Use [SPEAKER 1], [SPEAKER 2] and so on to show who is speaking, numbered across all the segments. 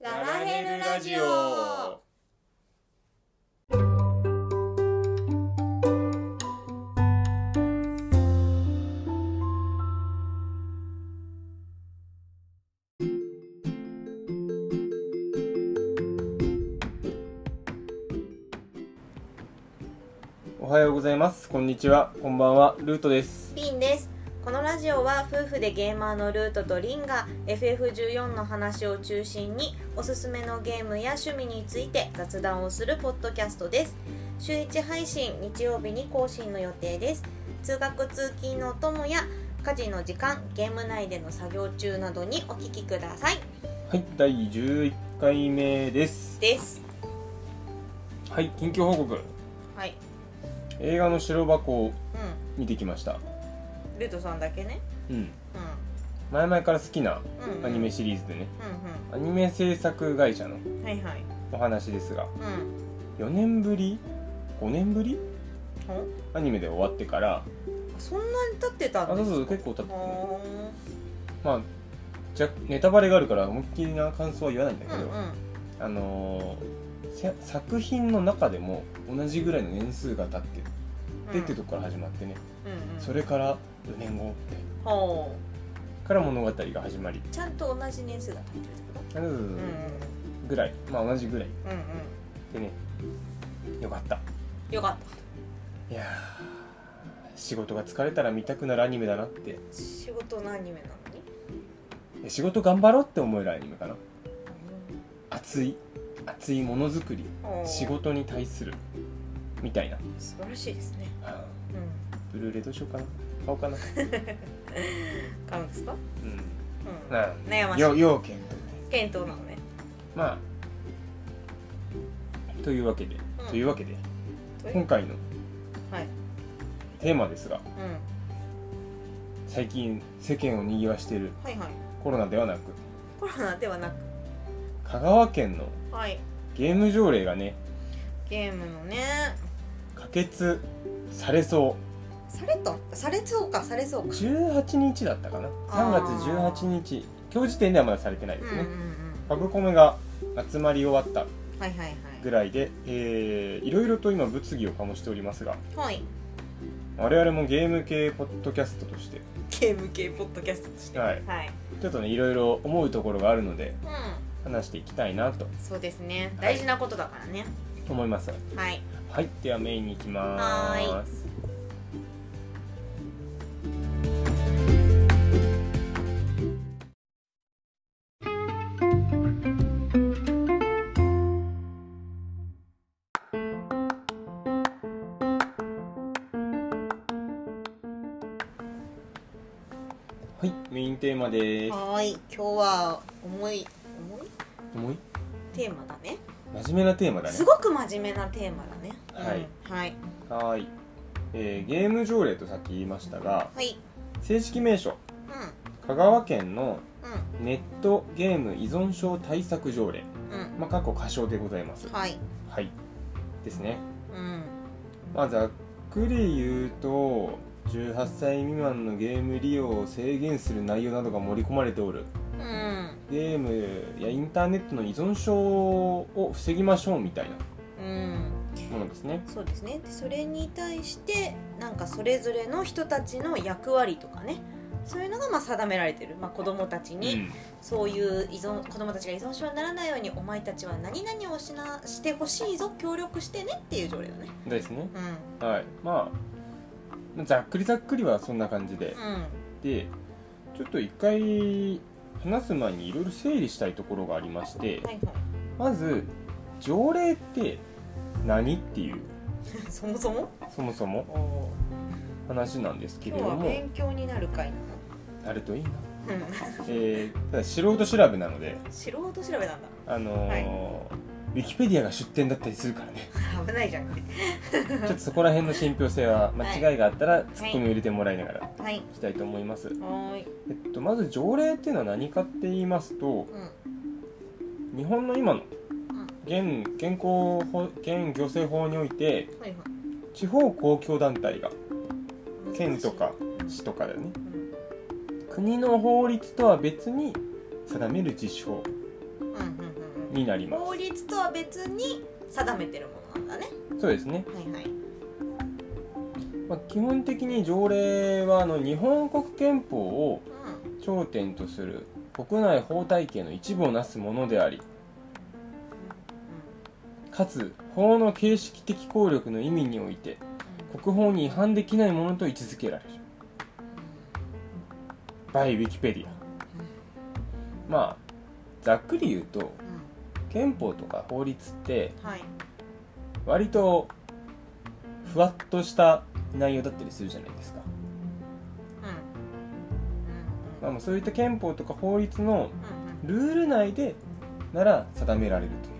[SPEAKER 1] ネルラジオ
[SPEAKER 2] おはようございますこんにちはこんばんはルートです
[SPEAKER 1] リンですこのラジオは夫婦でゲーマーのルートとリンが FF14 の話を中心におすすめのゲームや趣味について雑談をするポッドキャストです週1配信日曜日に更新の予定です通学通勤のお供や家事の時間ゲーム内での作業中などにお聞きください
[SPEAKER 2] はい第11回目です
[SPEAKER 1] です
[SPEAKER 2] はい緊急報告
[SPEAKER 1] はい
[SPEAKER 2] 映画の白箱を
[SPEAKER 1] う
[SPEAKER 2] 見てきました
[SPEAKER 1] んルートさんだけね
[SPEAKER 2] うん
[SPEAKER 1] う
[SPEAKER 2] 前々から好きなん
[SPEAKER 1] うんうん
[SPEAKER 2] アニメシリーズでね
[SPEAKER 1] う
[SPEAKER 2] アニメ制作会社の
[SPEAKER 1] んうんはいはい
[SPEAKER 2] お話ですが
[SPEAKER 1] うん
[SPEAKER 2] 4年ぶり5年ぶり
[SPEAKER 1] ほ
[SPEAKER 2] アニメで終わってから
[SPEAKER 1] そんなに経ってた
[SPEAKER 2] あ
[SPEAKER 1] ん
[SPEAKER 2] そ
[SPEAKER 1] で
[SPEAKER 2] う
[SPEAKER 1] す
[SPEAKER 2] そう結構経って
[SPEAKER 1] か
[SPEAKER 2] る
[SPEAKER 1] ほ
[SPEAKER 2] まあじゃネタバレがあるから思いっきりな感想は言わないんだ
[SPEAKER 1] ー
[SPEAKER 2] けど、
[SPEAKER 1] うんうん
[SPEAKER 2] あのーせ作品の中でも同じぐらいの年数が経ってでってとこから始まってね、
[SPEAKER 1] うんうん、
[SPEAKER 2] それから4年後って
[SPEAKER 1] ほ
[SPEAKER 2] から物語が始まり
[SPEAKER 1] うちゃんと同じ年数が経ってるってこ
[SPEAKER 2] うん
[SPEAKER 1] とうんうん
[SPEAKER 2] ぐらいまあ同じぐら
[SPEAKER 1] う
[SPEAKER 2] い
[SPEAKER 1] ん
[SPEAKER 2] でねよかった
[SPEAKER 1] うんよかっ
[SPEAKER 2] いやー仕事が疲れたら見たくなるアニメだなって
[SPEAKER 1] た仕事のアニメなのに、
[SPEAKER 2] いや仕事頑張ろうって思えるアニメかな熱い熱いものづくり
[SPEAKER 1] ほう
[SPEAKER 2] 仕事に対するみたいな
[SPEAKER 1] 素晴らしいですね
[SPEAKER 2] あ
[SPEAKER 1] う
[SPEAKER 2] ーブルーレイどうしようかな買おうかな
[SPEAKER 1] ん買うんですか、
[SPEAKER 2] う
[SPEAKER 1] うん
[SPEAKER 2] なあ
[SPEAKER 1] 悩ま
[SPEAKER 2] ん
[SPEAKER 1] しい
[SPEAKER 2] よ要件と
[SPEAKER 1] 検討なのね
[SPEAKER 2] まあというわけで、
[SPEAKER 1] うん
[SPEAKER 2] というわけで
[SPEAKER 1] という
[SPEAKER 2] 今回の
[SPEAKER 1] はい
[SPEAKER 2] テーマですが
[SPEAKER 1] うん
[SPEAKER 2] 最近世間を賑わしている
[SPEAKER 1] はいはい
[SPEAKER 2] コロナではなく
[SPEAKER 1] コロナではなく
[SPEAKER 2] 香川県の
[SPEAKER 1] はい
[SPEAKER 2] ゲーム条例がね
[SPEAKER 1] ゲームのね
[SPEAKER 2] 可決されそ
[SPEAKER 1] されたされそうかされそう
[SPEAKER 2] う
[SPEAKER 1] か
[SPEAKER 2] 18日だったかな3
[SPEAKER 1] あー
[SPEAKER 2] 月18日今日時点ではまだされてないで
[SPEAKER 1] うん
[SPEAKER 2] す
[SPEAKER 1] うん
[SPEAKER 2] ね、
[SPEAKER 1] うん
[SPEAKER 2] パブコメが集まり終わった
[SPEAKER 1] はいはいはい
[SPEAKER 2] ぐらいで、えーいろいろと今物議を醸しておりますが
[SPEAKER 1] はい
[SPEAKER 2] 我々もゲーム系ポッドキャストとして
[SPEAKER 1] ゲーム系ポッドキャストとして
[SPEAKER 2] はい
[SPEAKER 1] はい、
[SPEAKER 2] ちょっとねいろいろ思うところがあるので
[SPEAKER 1] う
[SPEAKER 2] 話していきたいなと
[SPEAKER 1] んそうですね
[SPEAKER 2] はい
[SPEAKER 1] 大事なことだからね
[SPEAKER 2] 思います
[SPEAKER 1] はい
[SPEAKER 2] はいではメインに行きま
[SPEAKER 1] は
[SPEAKER 2] ー
[SPEAKER 1] ー
[SPEAKER 2] すはいメインテーマです
[SPEAKER 1] はーい今日は重い重い
[SPEAKER 2] もう一
[SPEAKER 1] テーマだね
[SPEAKER 2] 真面目なテーマだね
[SPEAKER 1] すごく真面目なテーマだね
[SPEAKER 2] はい、
[SPEAKER 1] うんはい
[SPEAKER 2] はーい、えーゲーム条例とさっき言いましたが
[SPEAKER 1] はい
[SPEAKER 2] 正式名称
[SPEAKER 1] う
[SPEAKER 2] 香川県の
[SPEAKER 1] ん
[SPEAKER 2] ネットゲーム依存症対策条例、
[SPEAKER 1] うんうん
[SPEAKER 2] まあ、過去過称でございます
[SPEAKER 1] はい
[SPEAKER 2] はいですね
[SPEAKER 1] うん
[SPEAKER 2] まあざっくり言うと18歳未満のゲーム利用を制限する内容などが盛り込まれておる
[SPEAKER 1] うん
[SPEAKER 2] ゲームやインターネットの依存症を防ぎましょうみたいな
[SPEAKER 1] うん
[SPEAKER 2] ものですね
[SPEAKER 1] そうですねでそれに対してなんかそれぞれの人たちの役割とかねそういうのがまあ定められてる、まあ、子供たちにそういう依存子供たちが依存症にならないようにお前たちは何々をしなしてほしいぞ協力してねっていう条例だね
[SPEAKER 2] うん、ですね
[SPEAKER 1] うん
[SPEAKER 2] はいまあざっくりざっくりはそんな感じで
[SPEAKER 1] うん
[SPEAKER 2] でちょっと一回話す前にいろいろ整理したいところがありまして、
[SPEAKER 1] はいはい
[SPEAKER 2] まず条例って何っていう
[SPEAKER 1] そもそも
[SPEAKER 2] そもそも
[SPEAKER 1] おお
[SPEAKER 2] 話なんですけ
[SPEAKER 1] 今
[SPEAKER 2] れ
[SPEAKER 1] 日
[SPEAKER 2] ど
[SPEAKER 1] は
[SPEAKER 2] も
[SPEAKER 1] 勉強になる回なの
[SPEAKER 2] あるといいな、
[SPEAKER 1] うん
[SPEAKER 2] えーただ素人調べなので
[SPEAKER 1] 素人調べなんだ
[SPEAKER 2] あのー
[SPEAKER 1] は
[SPEAKER 2] ウィキペディアが出典だったりするから ね
[SPEAKER 1] 危ないじゃん
[SPEAKER 2] ちょっとそこら辺の信憑性は間違いがあったらツッコミを入れてもらいながら
[SPEAKER 1] はい
[SPEAKER 2] いきたいと思います、
[SPEAKER 1] はーい
[SPEAKER 2] えっと、まず条例っていうのは何かって言いますと
[SPEAKER 1] うん
[SPEAKER 2] 日本の今の現現行法現行政法において
[SPEAKER 1] はいはい
[SPEAKER 2] 地方公共団体が県とか市とかだよね
[SPEAKER 1] うん
[SPEAKER 2] 国の法律とは別に定める事象
[SPEAKER 1] うんうんうんうん
[SPEAKER 2] になりま
[SPEAKER 1] 法律とは別に定めてるものなんだね
[SPEAKER 2] すそうですね、
[SPEAKER 1] はいはい
[SPEAKER 2] まあ、基本的に条例はあの日本国憲法を
[SPEAKER 1] う
[SPEAKER 2] 頂点とする国内法体系の一部をなすものでありかつ法の形式的効力の意味において国法に違反できないものと位置づけられる by ウィキペディアまあざっくり言うと
[SPEAKER 1] んうんうん
[SPEAKER 2] 憲法とか法律って
[SPEAKER 1] うんはい
[SPEAKER 2] 割とふわっとした内容だったりするじゃないですか、
[SPEAKER 1] うん
[SPEAKER 2] まあ、もうそういった憲法とか法律の
[SPEAKER 1] うんうん
[SPEAKER 2] ルール内でなら定められるという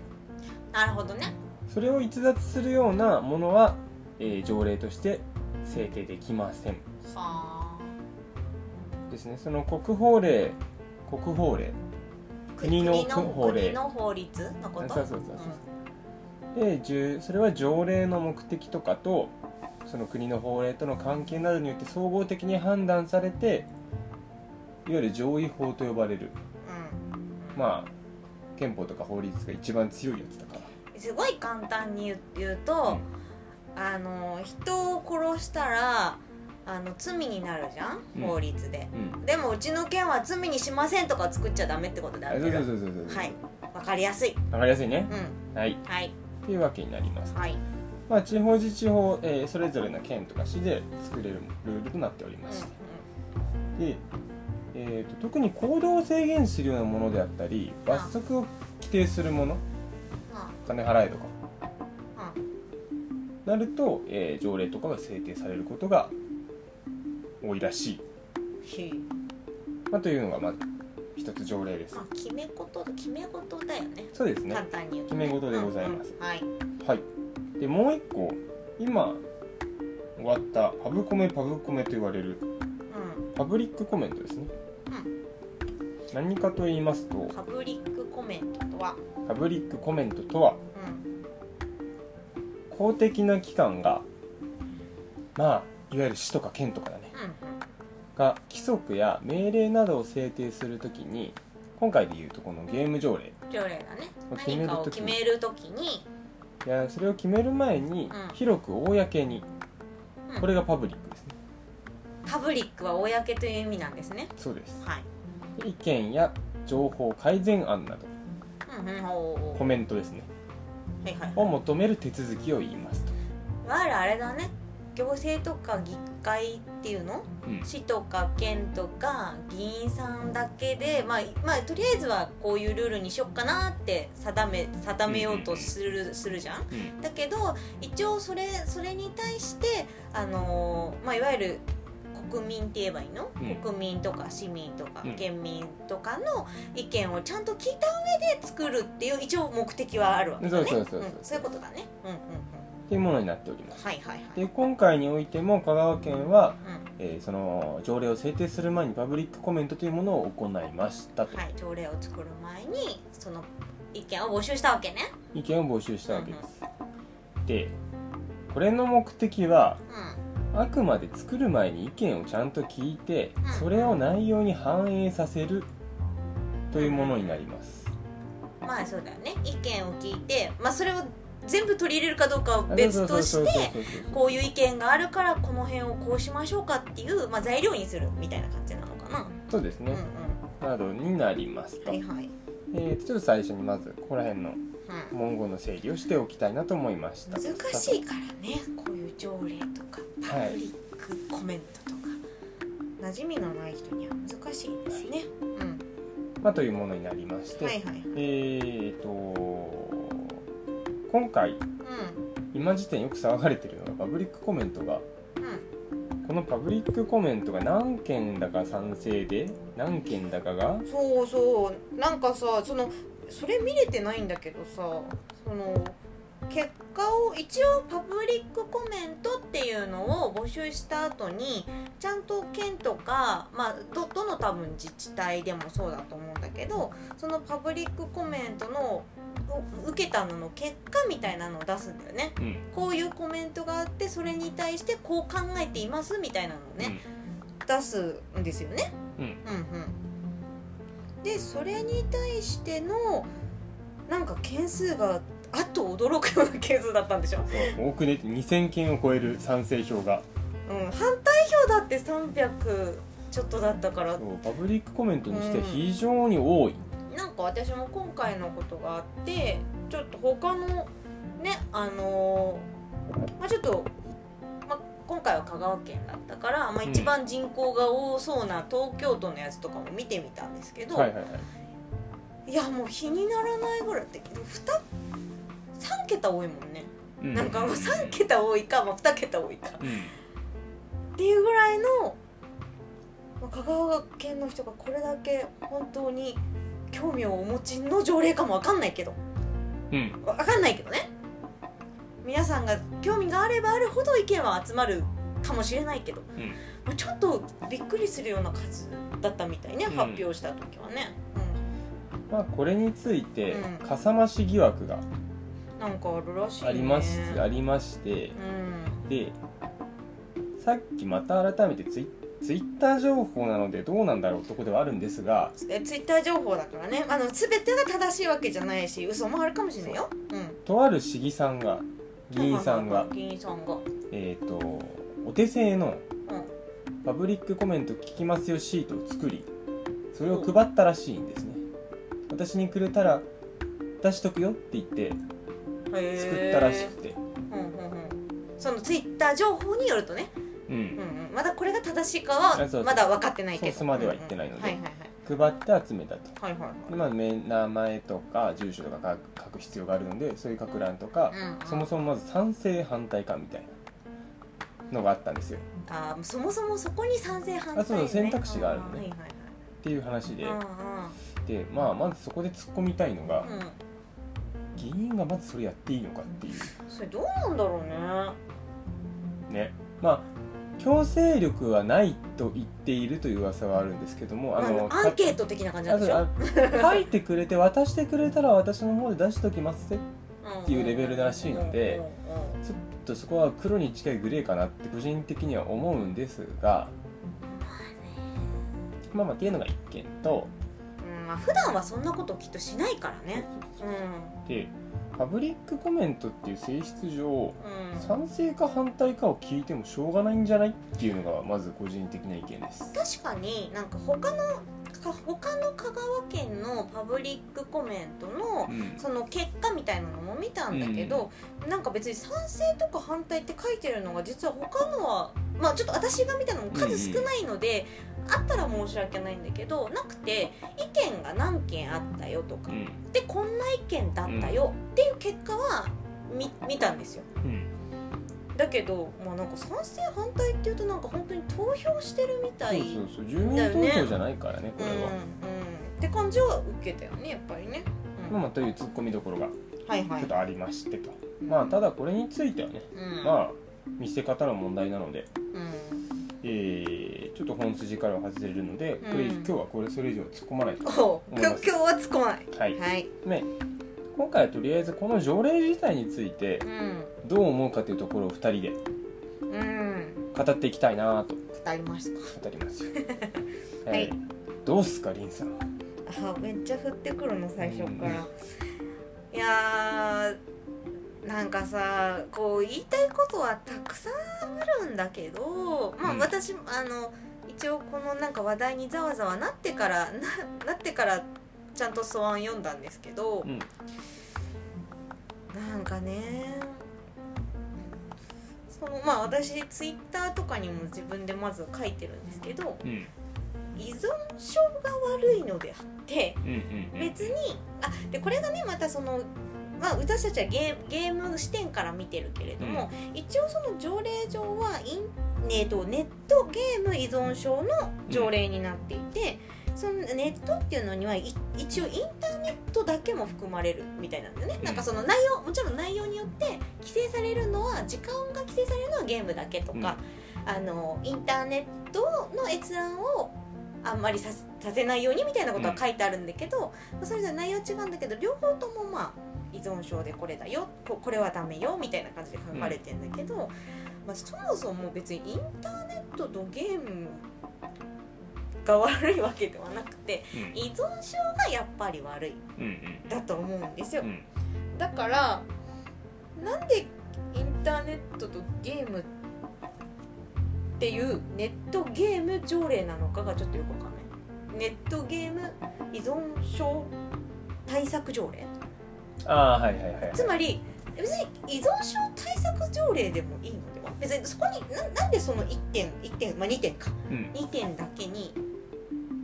[SPEAKER 1] なるほどね
[SPEAKER 2] それを逸脱するようなものは、えー条例として制定できません
[SPEAKER 1] はあ
[SPEAKER 2] ですねその国法令国法令国の法令
[SPEAKER 1] 国の法律のこと
[SPEAKER 2] そうそうそうそうでじゅそれは条例の目的とかとその国の法令との関係などによって総合的に判断されていわゆる上位法と呼ばれる
[SPEAKER 1] うんうん
[SPEAKER 2] まあ憲法とか法律が一番強いやつだから
[SPEAKER 1] すごい簡単に言う言うと、あの人を殺したらあの罪になるじゃん
[SPEAKER 2] うん
[SPEAKER 1] 法律で、
[SPEAKER 2] うん
[SPEAKER 1] でもうちの県は罪にしませんとか作っちゃダメってことだ
[SPEAKER 2] あ
[SPEAKER 1] っ
[SPEAKER 2] そう
[SPEAKER 1] て
[SPEAKER 2] そう
[SPEAKER 1] る
[SPEAKER 2] そうそうそう
[SPEAKER 1] はいわかりやすい
[SPEAKER 2] わかりやすいね
[SPEAKER 1] う、
[SPEAKER 2] はい
[SPEAKER 1] んはい
[SPEAKER 2] っていうわけになります
[SPEAKER 1] はい
[SPEAKER 2] まあ、地方自治法、えーそれぞれの県とか市で作れるルールとなっておりまして、で、えー、と特に行動を制限するようなものであったり罰則を規定するもの
[SPEAKER 1] う
[SPEAKER 2] 金払えとか
[SPEAKER 1] んうん
[SPEAKER 2] なると、えー条例とかが制定されることが多いらしい、
[SPEAKER 1] ひい
[SPEAKER 2] まあ、というのがまず一つ条例です
[SPEAKER 1] あ決め事決め事だよね
[SPEAKER 2] そうですね
[SPEAKER 1] 簡単に言う
[SPEAKER 2] 決め事でございます
[SPEAKER 1] うんうんはい
[SPEAKER 2] はいでもう一個今終わったパブコメパブコメと言われる
[SPEAKER 1] う
[SPEAKER 2] パブリックコメントですね、何かと言いますと
[SPEAKER 1] んパブリックコメントとは
[SPEAKER 2] パブリックコメントとは
[SPEAKER 1] うん
[SPEAKER 2] 公的な機関がまあいわゆる市とか県とかだねが規則や命令などを制定するときに今回で言うとこのゲーム条例
[SPEAKER 1] うん条例だね
[SPEAKER 2] 決め
[SPEAKER 1] 何
[SPEAKER 2] る時
[SPEAKER 1] かを決めるときに
[SPEAKER 2] いやそれを決める前に
[SPEAKER 1] うん
[SPEAKER 2] 広く公に
[SPEAKER 1] うん
[SPEAKER 2] これがパブリックですね
[SPEAKER 1] パブリックは公という意味なんですね。
[SPEAKER 2] そうです
[SPEAKER 1] はい。
[SPEAKER 2] で意見や情報改善案など
[SPEAKER 1] うんうん、おー
[SPEAKER 2] コメントですね
[SPEAKER 1] はいはい。
[SPEAKER 2] を求める手続きを言いますと、
[SPEAKER 1] いわゆるあれだね。行政とか議会っていうの
[SPEAKER 2] うん
[SPEAKER 1] 市とか県とか議員さんだけで、まあ、まあとりあえずはこういうルールにしよっかなって定め定めようとする,、するじゃん
[SPEAKER 2] うん
[SPEAKER 1] だけど一応それそれに対して、あのーまあ、いわゆる国民って言えばいいの、
[SPEAKER 2] うん
[SPEAKER 1] 国民とか市民とか
[SPEAKER 2] うん
[SPEAKER 1] 県民とかの意見をちゃんと聞いた上で作るっていう一応目的はあるわけだね
[SPEAKER 2] そうそうそうそうん
[SPEAKER 1] そういうことだねうんうん
[SPEAKER 2] っていうものになっておりま
[SPEAKER 1] うん
[SPEAKER 2] す
[SPEAKER 1] はいはいはい
[SPEAKER 2] で今回においても香川県は
[SPEAKER 1] う
[SPEAKER 2] えーその条例を制定する前にパブリックコメントというものを行いましたと、
[SPEAKER 1] んはい、条例を作る前にその意見を募集したわけね
[SPEAKER 2] 意見を募集したわけです、でこれの目的は
[SPEAKER 1] う
[SPEAKER 2] あくまで作る前に意見をちゃんと聞いて
[SPEAKER 1] うん
[SPEAKER 2] それを内容に反映させるというものになります
[SPEAKER 1] んまあそうだよね意見を聞いて、まあ、それを全部取り入れるかどうかは
[SPEAKER 2] あ
[SPEAKER 1] 別とし
[SPEAKER 2] そうそうそう
[SPEAKER 1] て
[SPEAKER 2] そうそうそう
[SPEAKER 1] こういう意見があるからこの辺をこうしましょうかっていう、まあ、材料にするみたいな感じなのかな、
[SPEAKER 2] そうです
[SPEAKER 1] うん
[SPEAKER 2] ね
[SPEAKER 1] うん、
[SPEAKER 2] などになりますと、
[SPEAKER 1] はいはい、
[SPEAKER 2] えーちょっと最初にまずここら辺の
[SPEAKER 1] うん、
[SPEAKER 2] 文言の整理をしておきたいなと思いました
[SPEAKER 1] 難しいからねこういう条例とかパブリックコメントとか、馴染みのない人には難しいですね、うん、
[SPEAKER 2] まあ、というものになりまして、
[SPEAKER 1] はいはい
[SPEAKER 2] えー、と今回今時点よく騒がれてるのがパブリックコメントが
[SPEAKER 1] うんうん
[SPEAKER 2] このパブリックコメントが何件だか賛成で何件だかが
[SPEAKER 1] そうそうなんかさそのそれ見れてないんだけどさその結果を一応パブリックコメントっていうのを募集した後にちゃんと県とか、まあ、どどの多分自治体でもそうだと思うんだけどそのパブリックコメントのを受けたのの結果みたいなのを出すんだよね
[SPEAKER 2] うん、
[SPEAKER 1] こういうコメントがあってそれに対してこう考えていますみたいなのをね、出すんですよね。
[SPEAKER 2] うん
[SPEAKER 1] うんうん、でそれに対してのなんか件数があっと驚くような件数だったんでしょ、
[SPEAKER 2] そう多くね2000件を超える賛成票が
[SPEAKER 1] うん、反対票だって300ちょっとだったから
[SPEAKER 2] そうパブリックコメントにして非常に多い、
[SPEAKER 1] なんか私も今回のことがあってちょっと他のねあのーまあちょっと、まあ、今回は香川県だったから、まあ、
[SPEAKER 2] うん
[SPEAKER 1] 一番人口が多そうな東京都のやつとかも見てみたんですけど、
[SPEAKER 2] はいはいはい
[SPEAKER 1] い、やもう日にならないぐらいって3桁多いもんね、
[SPEAKER 2] う
[SPEAKER 1] なんかもう3桁多いか、まあ、2桁多いか
[SPEAKER 2] うん
[SPEAKER 1] っていうぐらいのまあ香川県の人がこれだけ本当に興味をお持ちの条例かもわかんないけど
[SPEAKER 2] うん
[SPEAKER 1] わかんないけどね皆さんが興味があればあるほど意見は集まるかもしれないけど、
[SPEAKER 2] ん
[SPEAKER 1] まあちょっとびっくりするような数だったみたいね
[SPEAKER 2] うん
[SPEAKER 1] 発表した時はね、
[SPEAKER 2] まあ、これについて、
[SPEAKER 1] うん
[SPEAKER 2] かさ増し疑惑が
[SPEAKER 1] うんなんかあるらしいね
[SPEAKER 2] ありまし,、あ
[SPEAKER 1] う
[SPEAKER 2] りまして
[SPEAKER 1] ん
[SPEAKER 2] でさっきまた改めてツイツイッター情報なのでどうなんだろうとこではあるんですが
[SPEAKER 1] えツイッター情報だからねあの全てが正しいわけじゃないし嘘もあるかもしれないよ、うん、
[SPEAKER 2] とある市議さんが議員さんが、
[SPEAKER 1] 議員さんが
[SPEAKER 2] えー、とお手製の
[SPEAKER 1] うん
[SPEAKER 2] パブリックコメント聞きますよシートを作りそれを配ったらしいんですね私にくれたら出しとくよって言って作ったらしくて、
[SPEAKER 1] うんうんうん、そのツイッター情報によるとね、
[SPEAKER 2] う
[SPEAKER 1] うん
[SPEAKER 2] ん
[SPEAKER 1] うん、まだこれが正しいか
[SPEAKER 2] あそうそ
[SPEAKER 1] は
[SPEAKER 2] う
[SPEAKER 1] まだ分かってないけど
[SPEAKER 2] ソースまでは言ってないので
[SPEAKER 1] うんうんはい
[SPEAKER 2] 配って集めたと
[SPEAKER 1] はいはいはい
[SPEAKER 2] でまあ、め名前とか住所とか書く書く必要があるのでそういう書く欄とか
[SPEAKER 1] はい、はいうん、
[SPEAKER 2] そもそもまず賛成反対かみたいなのがあったんですよ
[SPEAKER 1] あーそもそもそこに賛成反対、ね、
[SPEAKER 2] あそうそう選択肢があるのね
[SPEAKER 1] はい
[SPEAKER 2] っていう話で
[SPEAKER 1] はいはい
[SPEAKER 2] で、まあ、まずそこで突っ込みたいのが
[SPEAKER 1] うんうん、うん、
[SPEAKER 2] 議員がまずそれやっていいのかっていう
[SPEAKER 1] それどうなんだろうね
[SPEAKER 2] ねまあ強制力はないと言っているという噂はあるんですけども
[SPEAKER 1] あのアンケート的な感じなんでしょ
[SPEAKER 2] あそうあ書いてくれて渡してくれたら私の方で出しときますぜ
[SPEAKER 1] って
[SPEAKER 2] いうレベルらしいので
[SPEAKER 1] うんうんうん
[SPEAKER 2] ちょっとそこは黒に近いグレーかなって個人的には思うんですがまあまあっていうのが一見と
[SPEAKER 1] うんまあ、普段はそんなこときっとしないからねうん
[SPEAKER 2] でパブリックコメントっていう性質上
[SPEAKER 1] うん
[SPEAKER 2] 賛成か反対かを聞いてもしょうがないんじゃないっていうのがまず個人的な意見です。
[SPEAKER 1] 確かになんか他のか他の香川県のパブリックコメントの
[SPEAKER 2] うん
[SPEAKER 1] その結果みたいなのも見たんだけど、なんか別に賛成とか反対って書いてるのが実は他のはまあちょっと私が見たのも数少ないので、あったら申し訳ないんだけどなくて意見が何件あったよとか、
[SPEAKER 2] うん
[SPEAKER 1] でこんな意見だったよっていう結果は見見たんですよ。
[SPEAKER 2] うん
[SPEAKER 1] だけど、まあ、なんか賛成反対っていうとなんか本当に投票してるみた
[SPEAKER 2] そう
[SPEAKER 1] い
[SPEAKER 2] そうそう住民投票じゃないからねこれ
[SPEAKER 1] うんうん
[SPEAKER 2] は。
[SPEAKER 1] って感じは受けたよねやっぱりね、うん
[SPEAKER 2] まあまあというツッコミどころがち
[SPEAKER 1] はいは
[SPEAKER 2] ょ
[SPEAKER 1] い
[SPEAKER 2] っとありましてと、まあただこれについてはね
[SPEAKER 1] うん
[SPEAKER 2] まあ見せ方の問題なので、
[SPEAKER 1] うん
[SPEAKER 2] えーちょっと本筋からは外れるのでこれ、
[SPEAKER 1] うん
[SPEAKER 2] 今日はこれそれ以上突っ込まないと。
[SPEAKER 1] おう
[SPEAKER 2] 思
[SPEAKER 1] きょ
[SPEAKER 2] いま
[SPEAKER 1] 今
[SPEAKER 2] す
[SPEAKER 1] 日は突っ込まない
[SPEAKER 2] はい、
[SPEAKER 1] はい
[SPEAKER 2] ね今回はとりあえずこの条例自体について
[SPEAKER 1] うん
[SPEAKER 2] どう思うかというところを2人で
[SPEAKER 1] うん
[SPEAKER 2] 語っていきたいなと
[SPEAKER 1] 語りました
[SPEAKER 2] 語りますよ、
[SPEAKER 1] はい
[SPEAKER 2] えーどうっすかリンさん
[SPEAKER 1] あめっちゃ降ってくるの最初から、いやーなんかさこう言いたいことはたくさんあるんだけどまあ
[SPEAKER 2] うん
[SPEAKER 1] 私、あの一応このなんか話題にざわざわなってからななってからちゃんと素案読んだんですけど、
[SPEAKER 2] うん
[SPEAKER 1] なんかねそのまあ私ツイッターとかにも自分でまず書いてるんですけど
[SPEAKER 2] うん
[SPEAKER 1] 依存症が悪いのであって
[SPEAKER 2] うんうんうん
[SPEAKER 1] 別にあでこれがねまたその、まあ、私たちはゲーゲーム視点から見てるけれども、一応その条例上はイン、えーとネットゲーム依存症の条例になっていて、そのネットっていうのにはい一応インターネットだけも含まれるみたいなんだよね、
[SPEAKER 2] うん
[SPEAKER 1] なんかその内容もちろん内容によって規制されるのは時間が規制されるのはゲームだけとか、あのインターネットの閲覧をあんまりさせさせないようにみたいなことは書いてあるんだけど、まあそれぞれ内容違うんだけど両方ともまあ依存症でこれだよここれはダメよみたいな感じで書かれてんだけど、まあ、そもそも別にインターネットとゲームが悪いわけではなくて
[SPEAKER 2] うん
[SPEAKER 1] 依存症がやっぱり悪い
[SPEAKER 2] うん
[SPEAKER 1] だと思うんです
[SPEAKER 2] う
[SPEAKER 1] よ
[SPEAKER 2] んうん
[SPEAKER 1] だからなんでインターネットとゲームっていうネットゲーム条例なのかがちょっとよくわかんないネットゲーム依存症対策条例
[SPEAKER 2] ああはいはいはい
[SPEAKER 1] つまり別に依存症対策条例でもいいのでは別にそこにななんでその1点1点、まあ、2点か
[SPEAKER 2] うん
[SPEAKER 1] 2点だけに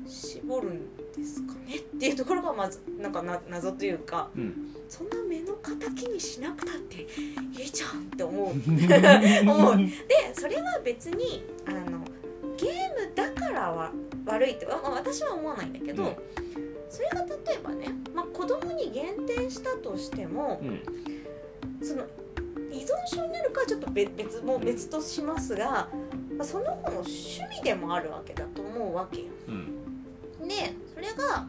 [SPEAKER 1] 絞るんですかねっていうところがまずなんかな謎というか
[SPEAKER 2] うん
[SPEAKER 1] そんな目の敵にしなくたっていいじゃんって思う
[SPEAKER 2] 思
[SPEAKER 1] 思うでそれは別にあのゲームだからは悪いって、まあ、私は思わないんだけど、
[SPEAKER 2] うん
[SPEAKER 1] それが例えばね、まあ、子供に限定したとしても、
[SPEAKER 2] うん
[SPEAKER 1] その依存症になるかはちょっと別別もう別としますが、まあ、その子の趣味でもあるわけだと思うわけよ。
[SPEAKER 2] うん
[SPEAKER 1] でそれが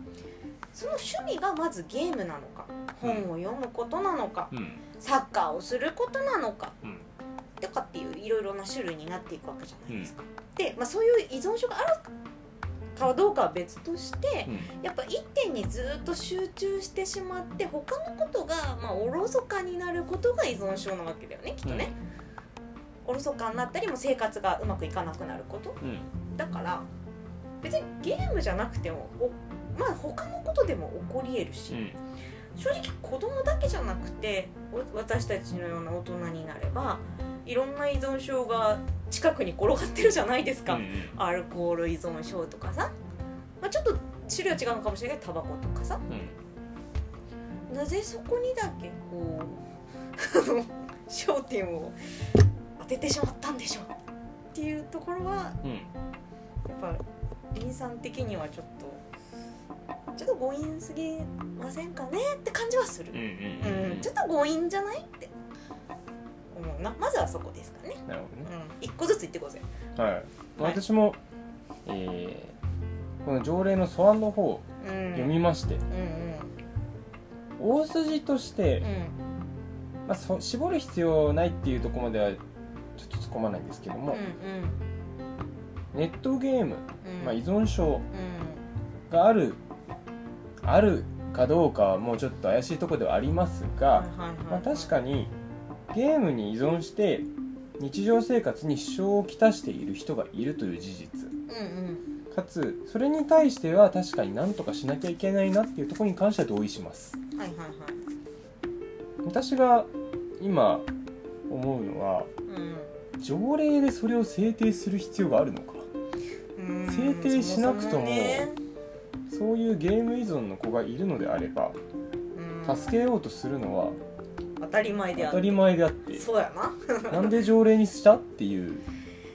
[SPEAKER 1] その趣味がまずゲームなのか本を読むことなのか、
[SPEAKER 2] うん
[SPEAKER 1] サッカーをすることなのか
[SPEAKER 2] うん
[SPEAKER 1] とかっていういろいろな種類になっていくわけじゃないですか。で、まあ、そういう依存症があるかどうかは別として
[SPEAKER 2] うん
[SPEAKER 1] やっぱ一点にずっと集中してしまって他のことがまあおろそかになることが依存症なわけだよねきっとね。おろそかになったりも生活がうまくいかなくなること
[SPEAKER 2] うん
[SPEAKER 1] だから別にゲームじゃなくてもおまあ他のことでも起こりえるし、
[SPEAKER 2] うん
[SPEAKER 1] 正直子供だけじゃなくてお私たちのような大人になればいろんな依存症が近くに転がってるじゃないですか、
[SPEAKER 2] うん
[SPEAKER 1] アルコール依存症とかさ、まあ、ちょっと種類は違うのかもしれないけどタバコとかさなぜそこにだけこうあの焦点を当ててしまったんでしょうっていうところは
[SPEAKER 2] うんうん
[SPEAKER 1] やっぱ林さん的にはちょっとちょっと強引すぎませんかねって感じはする
[SPEAKER 2] う、ん
[SPEAKER 1] うんちょっと強引じゃないって思うなまずはそこですかね、
[SPEAKER 2] なるほ
[SPEAKER 1] う
[SPEAKER 2] どね
[SPEAKER 1] ん、一個ずつ言ってください
[SPEAKER 2] はい私もえーこの条例の素案の方を
[SPEAKER 1] うん
[SPEAKER 2] 読みまして
[SPEAKER 1] うんうん
[SPEAKER 2] 大筋として
[SPEAKER 1] うん
[SPEAKER 2] まあそ絞る必要ないっていうところまではちょっと突っ込まないんですけど
[SPEAKER 1] うん
[SPEAKER 2] もネットゲーム
[SPEAKER 1] うん
[SPEAKER 2] まあ
[SPEAKER 1] う
[SPEAKER 2] 依
[SPEAKER 1] ん
[SPEAKER 2] 存症があるあるかどうかはもうちょっと怪しいところではありますが、まあ、確か
[SPEAKER 1] に
[SPEAKER 2] にゲームに依存して日常生活に支障をきたしている人がいるという事実
[SPEAKER 1] うん
[SPEAKER 2] かつそれに対しては確かに何とかしなきゃいけないなっていうところに関しては同意します
[SPEAKER 1] うんはいはいはい
[SPEAKER 2] 私が今思うのは条例でそれを制定する必要があるのか
[SPEAKER 1] うんうん
[SPEAKER 2] 制定しなくと
[SPEAKER 1] そもそ
[SPEAKER 2] も
[SPEAKER 1] ね
[SPEAKER 2] そういうゲーム依存の子がいるのであれば
[SPEAKER 1] うん
[SPEAKER 2] 助けようとするのは
[SPEAKER 1] 当たり前で
[SPEAKER 2] 当
[SPEAKER 1] あ
[SPEAKER 2] た
[SPEAKER 1] る
[SPEAKER 2] り前であって
[SPEAKER 1] そうやな
[SPEAKER 2] なんで条例にしたっていう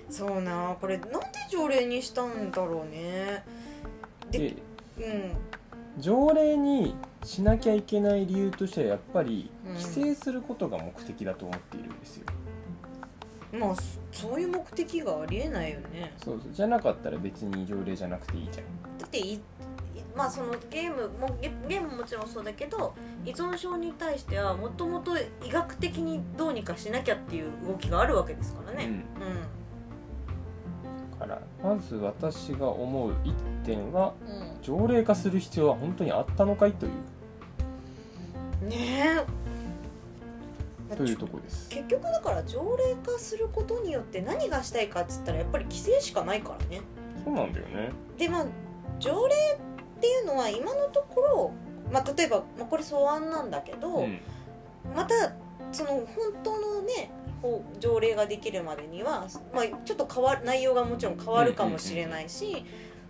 [SPEAKER 1] そうなこれなんで条例にしたんだろうねで
[SPEAKER 2] で
[SPEAKER 1] うん
[SPEAKER 2] 条例にしなきゃいけない理由としてはやっぱり
[SPEAKER 1] うん
[SPEAKER 2] 規制することが目的だと思っているんですよ、
[SPEAKER 1] まあそそういう目的がありえないよね
[SPEAKER 2] そうそうじゃなかったら別に条例じゃなくていいじゃん
[SPEAKER 1] だっていいまあそのゲームもゲゲームももちろんそうだけど依存症に対してはもともと医学的にどうにかしなきゃっていう動きがあるわけですからね
[SPEAKER 2] うん、だからまず私が思う一点は
[SPEAKER 1] うん、う
[SPEAKER 2] 条例化する必要は本当にあったのかいとい
[SPEAKER 1] ん、ねえ
[SPEAKER 2] うというところです
[SPEAKER 1] 結局だから条例化することによって何がしたいかっつったらやっぱり規制しかないからね
[SPEAKER 2] そうなんだよね
[SPEAKER 1] でまあ条例っていうのは今のところ、まあ、例えば、まあ、これ草案なんだけど、
[SPEAKER 2] うん
[SPEAKER 1] またその本当のね法条例ができるまでには、まあ、ちょっと変わ内容がもちろん変わるかもしれないし、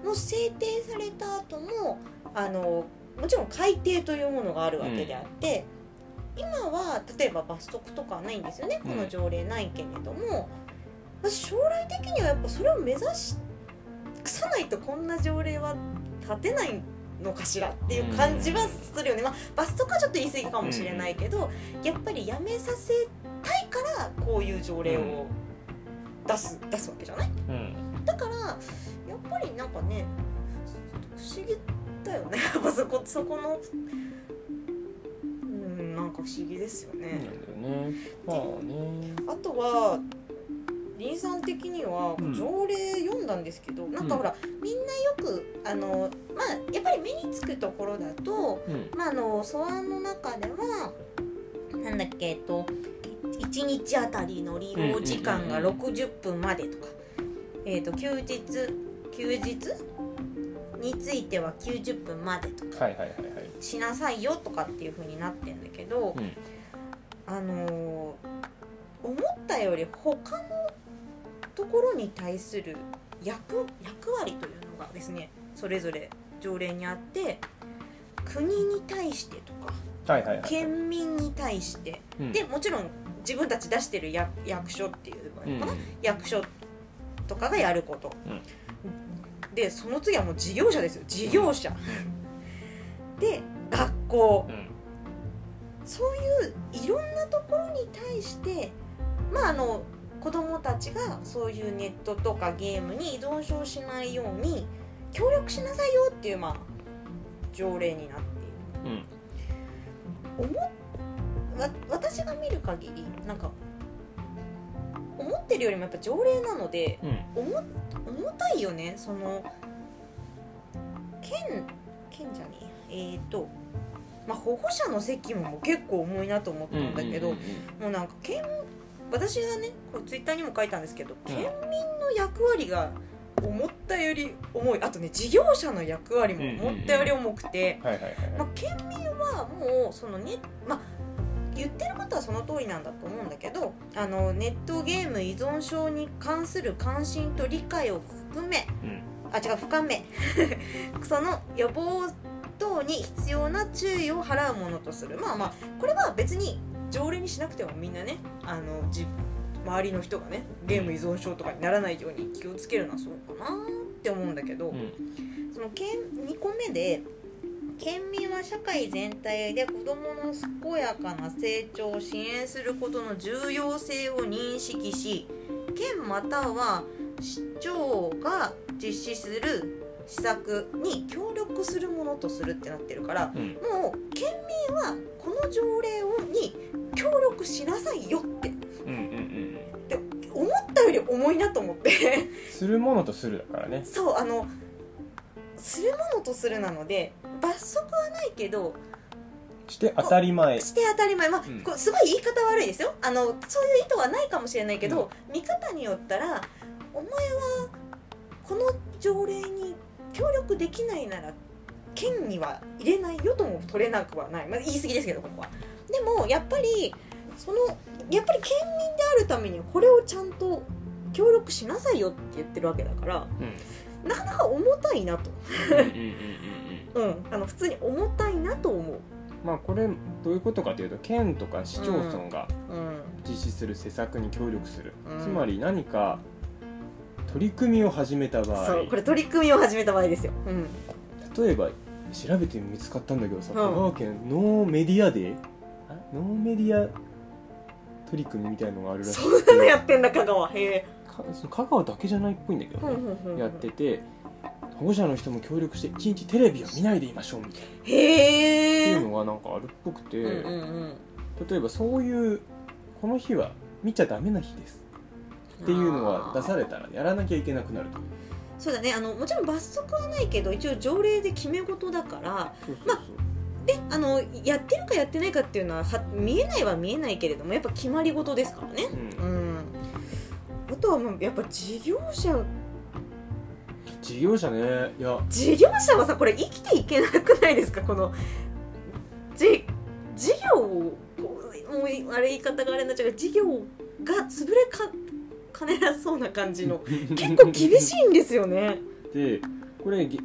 [SPEAKER 1] もう制定された後もあのもちろん改定というものがあるわけであって、今は例えば罰則とかはないんですよねこの条例ないけれども、まあ将来的にはやっぱそれを目指しさないとこんな条例は立てないのかしらっていう感じはするよね、まあ、罰則はちょっと言い過ぎかもしれないけど、やっぱりやめさせたいからこういう条例を出す,、出すわけじゃない
[SPEAKER 2] うん
[SPEAKER 1] だからやっぱりなんかね不思議だよね やっぱそこそこのうんなんか不思議ですよ
[SPEAKER 2] そうなん
[SPEAKER 1] ね、
[SPEAKER 2] だよねまあね
[SPEAKER 1] あとは林さん的には
[SPEAKER 2] うん
[SPEAKER 1] 条例読んだんですけど、なんかほらみんなよくあの、まあ、やっぱり目につくところだと、
[SPEAKER 2] うん
[SPEAKER 1] まあ、あの素案の中ではなんだっけえっと1日あたりの利用時間が
[SPEAKER 2] うんうんう
[SPEAKER 1] 60分までとか、えっと休日休日については90分までとか
[SPEAKER 2] はいはいはいはい
[SPEAKER 1] しなさいよとかっていう風になってんだけど。
[SPEAKER 2] うん
[SPEAKER 1] あのー思ったより他のところに対する役役割というのがですねそれぞれ条例にあって国に対してとか
[SPEAKER 2] はいはいはい
[SPEAKER 1] 県民に対して
[SPEAKER 2] うん
[SPEAKER 1] でもちろん自分たち出してる役役所っていう
[SPEAKER 2] う
[SPEAKER 1] の
[SPEAKER 2] ん
[SPEAKER 1] かな、役所とかがやること、でその次はもう事業者ですよ事業者、で学校、
[SPEAKER 2] うん
[SPEAKER 1] そういういろんなところに対してまああの子どもたちがそういうネットとかゲームに依存症しないように協力しなさいよっていうまあ条例になってい
[SPEAKER 2] うん
[SPEAKER 1] る思っわ私が見る限りなんか思ってるよりもやっぱ条例なので
[SPEAKER 2] うん
[SPEAKER 1] 重重たいよねその県県じゃねええー、とまあ保護者の責務も結構重いなと思った
[SPEAKER 2] うん
[SPEAKER 1] んだけど、
[SPEAKER 2] うんうん
[SPEAKER 1] もうなんか県私がねこれツイッターにも書いたんですけど県民の役割が思ったより重いあとね事業者の役割も思ったより重くて、
[SPEAKER 2] はいはいはい
[SPEAKER 1] ま
[SPEAKER 2] は
[SPEAKER 1] あ、県民はもうそのね、まあ、言ってることはその通りなんだと思うんだけどあのネットゲーム依存症に関する関心と理解を含め
[SPEAKER 2] いうん
[SPEAKER 1] あ違う深め その予防等に必要な注意を払うものとするまあまあこれは別に条例にしなくてもみんなねあのじ周りの人がねゲーム依存症とかにならないように気をつけるのはそうかなって思うんだけど、
[SPEAKER 2] うん
[SPEAKER 1] その県2個目で県民は社会全体で子どもの健やかな成長を支援することの重要性を認識し県または市長が実施する施策に協力するものとするってなってるから
[SPEAKER 2] うん
[SPEAKER 1] もう県民はこの条例をに協力しなさいよって
[SPEAKER 2] うんうんうん
[SPEAKER 1] って思ったより重いなと思って。
[SPEAKER 2] するものとするだからね
[SPEAKER 1] そうあのするものとするなので罰則はないけど
[SPEAKER 2] して当たり前
[SPEAKER 1] して当たり前まあ、
[SPEAKER 2] うん
[SPEAKER 1] こうすごい言い方悪いですよあのそういう意図はないかもしれないけど、見方によったらお前はこの条例に協力できないなら県には入れないよとも取れなくはない、まあ、言い過ぎですけどここは。でもやっぱりそのやっぱり県民であるためにこれをちゃんと協力しなさいよって言ってるわけだから
[SPEAKER 2] うんうん
[SPEAKER 1] なかなか重たいなと
[SPEAKER 2] うんうんうんうん
[SPEAKER 1] うん、あの普通に重たいなと思う。
[SPEAKER 2] まあこれどういうことかというと県とか市町村が
[SPEAKER 1] うん、
[SPEAKER 2] 実施する施策に協力する、
[SPEAKER 1] うん
[SPEAKER 2] つまり何か取り組みを始めた場合
[SPEAKER 1] そう、これ取り組みを始めた場合ですよ。うん、
[SPEAKER 2] 例えば調べて見つかったんだけどさ、
[SPEAKER 1] うん
[SPEAKER 2] 香川県ノーメディアデーあノーメディア取り組みみたいのがあるらし
[SPEAKER 1] そんなのやってんだ香川。へえ。
[SPEAKER 2] かその香川だけじゃないっぽいんだけ
[SPEAKER 1] ふ
[SPEAKER 2] ど
[SPEAKER 1] ん
[SPEAKER 2] ね、
[SPEAKER 1] ふんふんふん
[SPEAKER 2] やってて保護者の人も協力して一日テレビを見ないでいましょうみたいな、
[SPEAKER 1] へ
[SPEAKER 2] って
[SPEAKER 1] え
[SPEAKER 2] いう。のがなんかあるっぽくて、
[SPEAKER 1] うんうんうん。
[SPEAKER 2] 例えばそういうこの日は見ちゃダメな日ですっていうのは出されたらやらなきゃいけなくなると
[SPEAKER 1] そうだね。あのもちろん罰則はないけど、一応条例で決め事だから、
[SPEAKER 2] そう
[SPEAKER 1] そうで、あのやってるかやってないかっていうのはは見えないは見えないけれども、やっぱ決まり事ですからね。
[SPEAKER 2] うん
[SPEAKER 1] うん。あとはもうやっぱ事業者
[SPEAKER 2] 事業者ねいや
[SPEAKER 1] 事業者はさこれ生きていけなくないですかこのじ事業をこうもうあれ言い方があれになっちゃうけど事業が潰れかかねなそうな感じの結構厳しいんですよね。
[SPEAKER 2] でこれゲ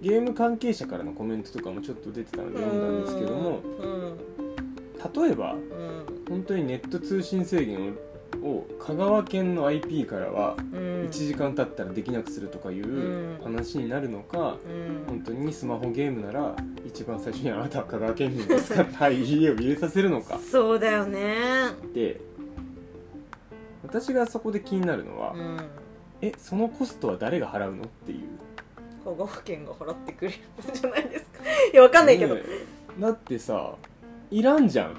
[SPEAKER 2] ゲーム関係者からのコメントとかもちょっと出てたので読んだんですけども
[SPEAKER 1] うん
[SPEAKER 2] 例えば
[SPEAKER 1] うん
[SPEAKER 2] 本当にネット通信制限をを香川県の IP からは
[SPEAKER 1] うん
[SPEAKER 2] 1時間経ったらできなくするとかいううん話になるのか
[SPEAKER 1] うん
[SPEAKER 2] 本当にスマホゲームなら一番最初にあなたは香川県民ですかっ てはい家を入れさせるのか
[SPEAKER 1] そうだよね。
[SPEAKER 2] で私がそこで気になるのは、
[SPEAKER 1] うん
[SPEAKER 2] えそのコストは誰が払うのっていう
[SPEAKER 1] 香川県が払ってくれるんじゃないですか。いやわかんないけど。
[SPEAKER 2] ねえだってさいらんじゃん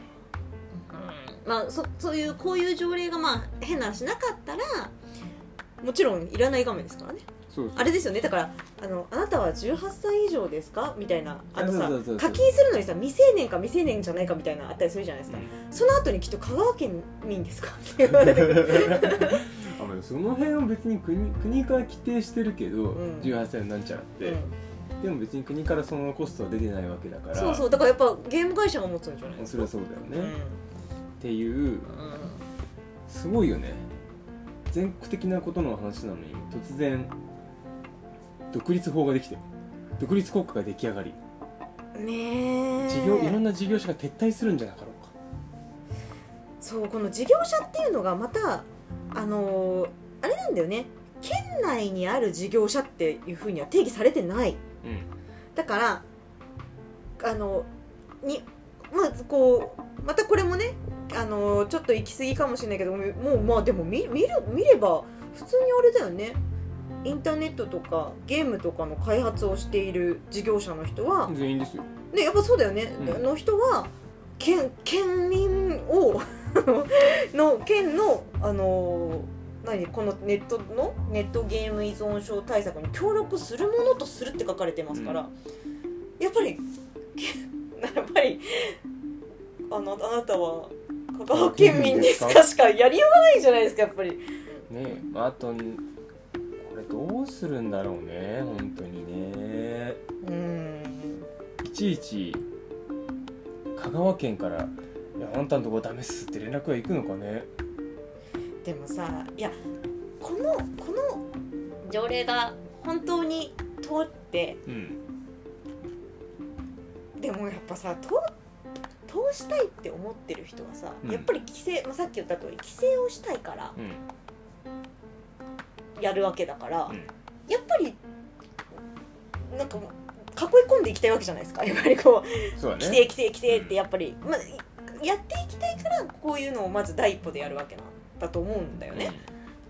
[SPEAKER 1] まあ、そそういうこういう条例がまあ変な話なかったらもちろんいらない画面ですからね
[SPEAKER 2] そうそう
[SPEAKER 1] あれですよねだからあの「あなたは18歳以上ですか?」みたいなあのさ
[SPEAKER 2] そうそうそうそう
[SPEAKER 1] 課金するのにさ未成年か未成年じゃないかみたいなあったりするじゃないですか、その後にきっと香川県民ですかって言われてくる
[SPEAKER 2] あまあその辺は別に国国から規定してるけど、
[SPEAKER 1] ん
[SPEAKER 2] 18歳になんちゃらっ
[SPEAKER 1] う
[SPEAKER 2] て、
[SPEAKER 1] ん
[SPEAKER 2] でも別に国からそのコストは出てないわけだから
[SPEAKER 1] そうそうだからやっぱゲーム会社が持つんじゃないですか
[SPEAKER 2] それはそうだよね、
[SPEAKER 1] う
[SPEAKER 2] っ
[SPEAKER 1] ん
[SPEAKER 2] ていう
[SPEAKER 1] うん
[SPEAKER 2] すごいよね全国的なことの話なのに突然独立法ができて独立国家が出来上がり
[SPEAKER 1] ねえ
[SPEAKER 2] 事業いろんな事業者が撤退するんじゃなかろうか
[SPEAKER 1] そうこの事業者っていうのがまたあのーあれなんだよね県内にある事業者っていうふうには定義されてない
[SPEAKER 2] うん
[SPEAKER 1] だからあのにまあこうまたこれもねあのちょっと行き過ぎかもしれないけどもうもうまあでも見見る見れば普通にあれだよねインターネットとかゲームとかの開発をしている事業者の人は、
[SPEAKER 2] 全員ですよ
[SPEAKER 1] ね、やっぱそうだよね、
[SPEAKER 2] うん
[SPEAKER 1] の人は県県民を の県のあの何このネットのネットゲーム依存症対策に協力するものとするって書かれてますから、やっぱり けやっぱりあのあなたは香川県民です
[SPEAKER 2] 香川県民で
[SPEAKER 1] かしかやりようがないじゃないですかやっぱり
[SPEAKER 2] ねえまああとこれどうするんだろうね本当にね
[SPEAKER 1] うん
[SPEAKER 2] いちいち香川県から「いやあんたのとこダメっす」って連絡が行くのかね
[SPEAKER 1] でもさいやこのこの条例が本当に通って
[SPEAKER 2] うん
[SPEAKER 1] でもやっぱさ通通したいって思ってる人はさ、
[SPEAKER 2] うん
[SPEAKER 1] やっぱり規制、まあ、さっき言った通り規制をしたいから
[SPEAKER 2] うん
[SPEAKER 1] やるわけだから、
[SPEAKER 2] うん
[SPEAKER 1] やっぱりなんかもう囲い込んでいきたいわけじゃないですかやっぱりこう
[SPEAKER 2] そうだ
[SPEAKER 1] 規制
[SPEAKER 2] ね
[SPEAKER 1] 規制規制ってやっぱり、まあ、やっていきたいからこういうのをまず第一歩でやるわけなんだと思うんだよね。っ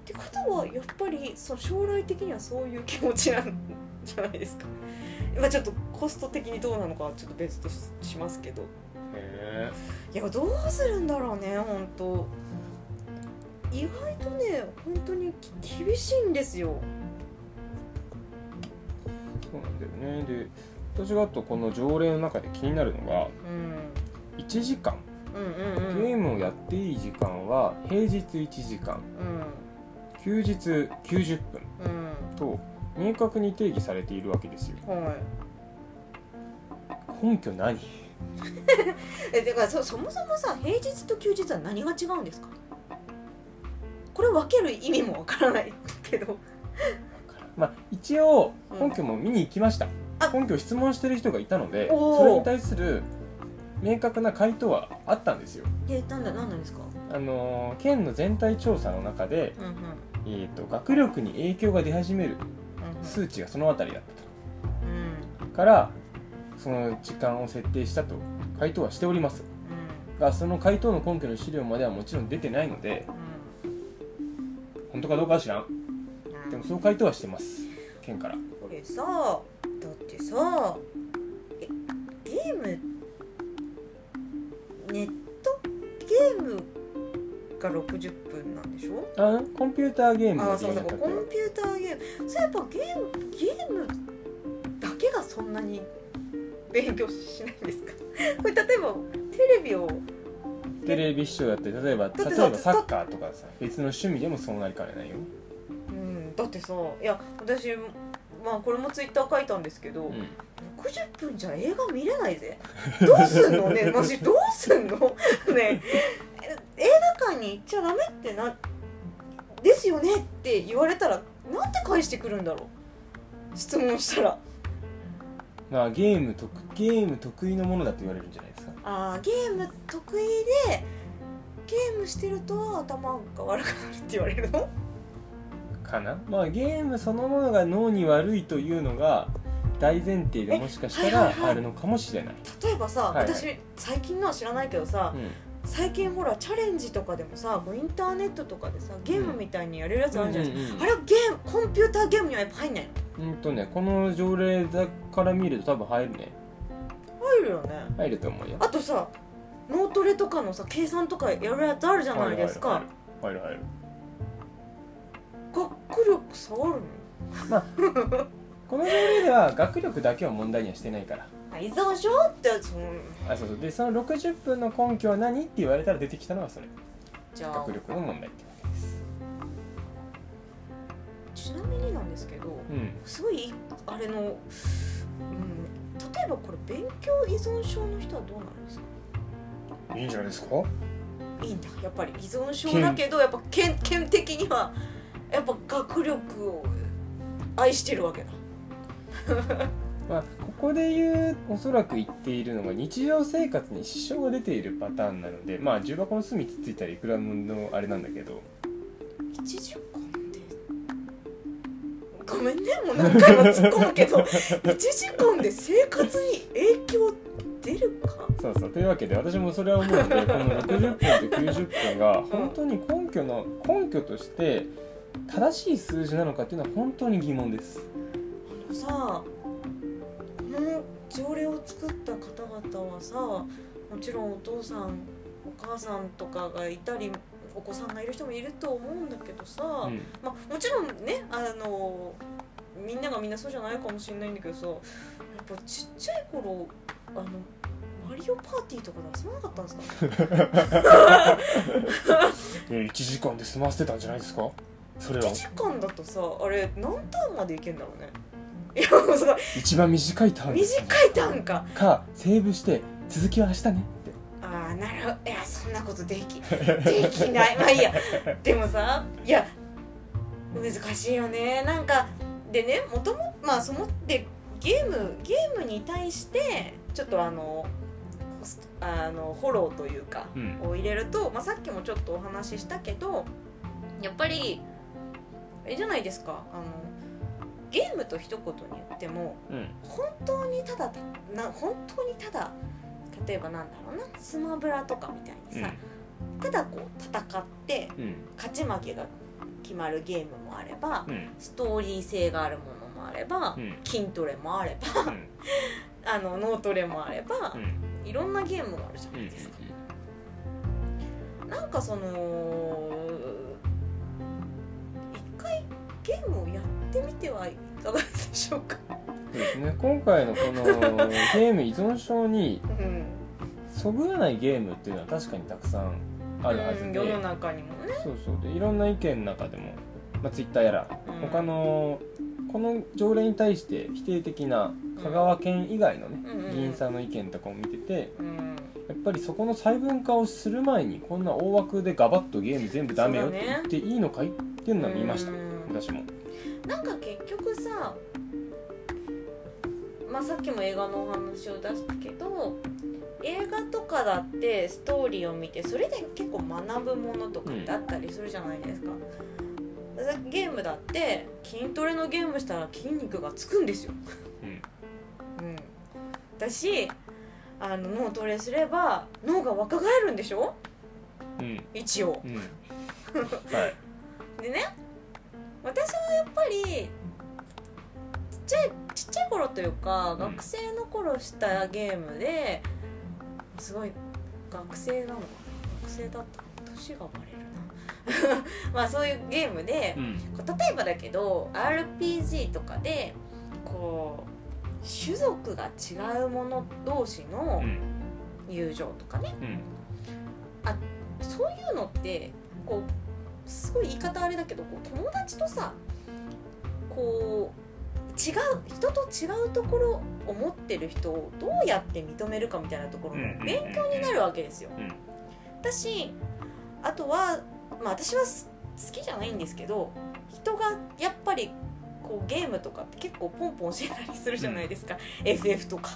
[SPEAKER 1] てことはやっぱりその将来的にはそういう気持ちなんじゃないですか。まあ、ちょっとコスト的にどうなのかはちょっと別とししますけど
[SPEAKER 2] うんへ
[SPEAKER 1] いやどうするんだろうね本当意外とね本当にき厳しいんですよ
[SPEAKER 2] えそうなんだよねで私があとこの条例の中で気になるのが
[SPEAKER 1] うん
[SPEAKER 2] 1時間
[SPEAKER 1] うん
[SPEAKER 2] ゲ
[SPEAKER 1] うんうん
[SPEAKER 2] ームをやっていい時間は平日1時間
[SPEAKER 1] うん
[SPEAKER 2] 休日90分
[SPEAKER 1] うん
[SPEAKER 2] と明確に定義されているわけですよ
[SPEAKER 1] はい
[SPEAKER 2] 根拠何
[SPEAKER 1] えだからそそもそもさ平日と休日は何が違うんですかこれ分ける意味もわからないけど
[SPEAKER 2] まあ、一応本拠も見に行きました、
[SPEAKER 1] あ
[SPEAKER 2] 本拠質問してる人がいたので
[SPEAKER 1] おー
[SPEAKER 2] それに対する明確な回答はあったんですよ、
[SPEAKER 1] えなんだ何なんですか
[SPEAKER 2] あのー県の全体調査の中で、
[SPEAKER 1] うんうん
[SPEAKER 2] えー、と学力に影響が出始める数値がそのあたりだっ
[SPEAKER 1] うんうん
[SPEAKER 2] たとからその時間を設定したと回答はしておりますがその回答の根拠の資料まではもちろん出てないので本当かどうかは知らん
[SPEAKER 1] うんうん
[SPEAKER 2] でもそう回答はしてます県から
[SPEAKER 1] これさだってさえゲームネットゲームが60分なんでしょ
[SPEAKER 2] あコンピューターゲーム
[SPEAKER 1] あ
[SPEAKER 2] の
[SPEAKER 1] あそうそうコン
[SPEAKER 2] っては
[SPEAKER 1] ピューターゲームそうやっぱゲームゲームだけがそんなに勉強しないんですか これ例えばテレビを
[SPEAKER 2] テレビ視聴だって例えば
[SPEAKER 1] だ
[SPEAKER 2] 例
[SPEAKER 1] って
[SPEAKER 2] え
[SPEAKER 1] さ
[SPEAKER 2] ばサッカーとかさ別の趣味でもそうなりかねないよ、
[SPEAKER 1] うんだってさいや私まあこれもツイッター書いたんですけど、
[SPEAKER 2] うん、
[SPEAKER 1] 60分じゃ映画見れないぜどうすんの ねマジどうすんの ねえ映画館に行っちゃダメってなですよねって言われたらなんて返してくるんだろう質問したら
[SPEAKER 2] まあゲーム得ゲーム得意のものだと言われるんじゃないですか
[SPEAKER 1] あーゲーム得意でゲームしてると頭が悪くなるって言われるの
[SPEAKER 2] かなまあゲームそのものが脳に悪いというのが大前提でもしかした
[SPEAKER 1] えはいはいは
[SPEAKER 2] ら
[SPEAKER 1] い
[SPEAKER 2] あるのかもしれない、
[SPEAKER 1] 例えばさ、
[SPEAKER 2] はいはい
[SPEAKER 1] 私最近のは知らないけどさ最近ほらチャレンジとかでもさこうインターネットとかでさゲームみたいにやれるやつあるじゃないですか、
[SPEAKER 2] うんうんうん
[SPEAKER 1] あれはゲームコンピューターゲームにはやっぱ入んないの
[SPEAKER 2] うんとねこの条例だから見ると多分入るね
[SPEAKER 1] 入るよね
[SPEAKER 2] 入ると思うよ
[SPEAKER 1] あとさ脳トレとかのさ計算とかやるやつあるじゃないですか
[SPEAKER 2] 入る入る入る入る
[SPEAKER 1] こ学力下がるの
[SPEAKER 2] この条例では学力だけを問題にはしてないから
[SPEAKER 1] あ依存症ってやつも
[SPEAKER 2] あそうそうでその60分の根拠は何って言われたら出てきたのはそれ
[SPEAKER 1] じゃあ
[SPEAKER 2] 学力の問題ってわけです
[SPEAKER 1] ちなみになんですけど
[SPEAKER 2] うん
[SPEAKER 1] すごいあれの、うん、例えばこれ勉強依存症の人はどうなるんですか
[SPEAKER 2] いいんじゃないですか
[SPEAKER 1] いいんだやっぱり依存症だけどやっぱ県県的にはやっぱ学力を愛してるわけだ
[SPEAKER 2] まあ、ここで言うおそらく言っているのが日常生活に支障が出ているパターンなのでまあ重箱の隅つついたらいくらものあれなんだけど
[SPEAKER 1] 一時間でごめんねもう何回も突っ込むけど1時間で生活に影響出るか
[SPEAKER 2] そうそうというわけで私もそれは思 うのでこの60分と90分が本当に根拠の根拠として正しい数字なのかっていうのは本当に疑問です
[SPEAKER 1] あのさこの条例を作った方々はさもちろんお父さんお母さんとかがいたりお子さんがいる人もいると思うんだけどさ、
[SPEAKER 2] うん
[SPEAKER 1] まあ、もちろんねあのみんながみんなそうじゃないかもしれないんだけどさやっぱちっちゃい頃あのマリオパーティーとかで遊ばなかったんですか
[SPEAKER 2] 1時間で済ませてたんじゃないですかそれ
[SPEAKER 1] 1時間だとさあれ何ターンまでいけんだろうねいやもうさ
[SPEAKER 2] 一番短いターンですね
[SPEAKER 1] 短いターンか
[SPEAKER 2] かセーブして続きは明日ねって
[SPEAKER 1] ああなるほどいやそんなことできできないまあいいやでもさいや難しいよねなんかでねもともまあそのでゲームゲームに対してちょっとあのホストあのフォローというか
[SPEAKER 2] うん
[SPEAKER 1] を入れると、まあ、さっきもちょっとお話ししたけどやっぱりあれじゃないですかあのゲームと一言に言っても
[SPEAKER 2] うん
[SPEAKER 1] 本当にただたな本当にただ例えばなんだろうなスマブラとかみたいにさ、ただこう戦って
[SPEAKER 2] うん
[SPEAKER 1] 勝ち負けが決まるゲームもあれば
[SPEAKER 2] うん
[SPEAKER 1] ストーリー性があるものもあれば、
[SPEAKER 2] うん
[SPEAKER 1] 筋トレもあれば あの脳トレもあれば
[SPEAKER 2] う、ん
[SPEAKER 1] いろんなゲームがあるじゃ ないですか。なんかその一回ゲームをやってみてはいかがでしょうか、
[SPEAKER 2] そうですね今回のこのゲーム依存症に
[SPEAKER 1] うん、
[SPEAKER 2] そぐわないゲームっていうのは確かにたくさんあるはず
[SPEAKER 1] うん
[SPEAKER 2] で
[SPEAKER 1] 世の中にもね、
[SPEAKER 2] そうそうでいろんな意見の中でも、まあ、Twitter やら
[SPEAKER 1] うん
[SPEAKER 2] 他のこの条例に対して否定的な香川県以外のね
[SPEAKER 1] うんうんうん
[SPEAKER 2] 議員さんの意見とかも見てて
[SPEAKER 1] うん、
[SPEAKER 2] やっぱりそこの細分化をする前にこんな大枠でガバッとゲーム全部ダメよって言っていいのかいっていうのは見ました、
[SPEAKER 1] うん
[SPEAKER 2] 私も。
[SPEAKER 1] なんか結局さ、まあ、さっきも映画のお話を出したけど映画とかだってストーリーを見てそれで結構学ぶものとかってあったりするじゃないですか、さゲームだって筋トレのゲームしたら筋肉がつくんですよ、うん、だしあの脳トレすれば脳が若返るんでしょ
[SPEAKER 2] うん
[SPEAKER 1] 一応
[SPEAKER 2] うんはい
[SPEAKER 1] でね私はやっぱりちっちゃいちっちゃい頃というか、
[SPEAKER 2] うん
[SPEAKER 1] 学生の頃したゲームですごい学生なのかな学生だった年がバレるな まあそういうゲームで、
[SPEAKER 2] うん
[SPEAKER 1] こう例えばだけど RPG とかでこう種族が違う者同士の
[SPEAKER 2] うん
[SPEAKER 1] 友情とかね、
[SPEAKER 2] うん
[SPEAKER 1] そういうのってこうすごい言い方あれだけどこう友達とさこう違う人と違うところを持ってる人をどうやって認めるかみたいなところ
[SPEAKER 2] うん
[SPEAKER 1] の勉強になるわけですよ。
[SPEAKER 2] うん
[SPEAKER 1] だしあとは、まあ、私はす好きじゃないんですけど人がやっぱりこうゲームとかって結構ポンポン教えたりするじゃないですか、FF とか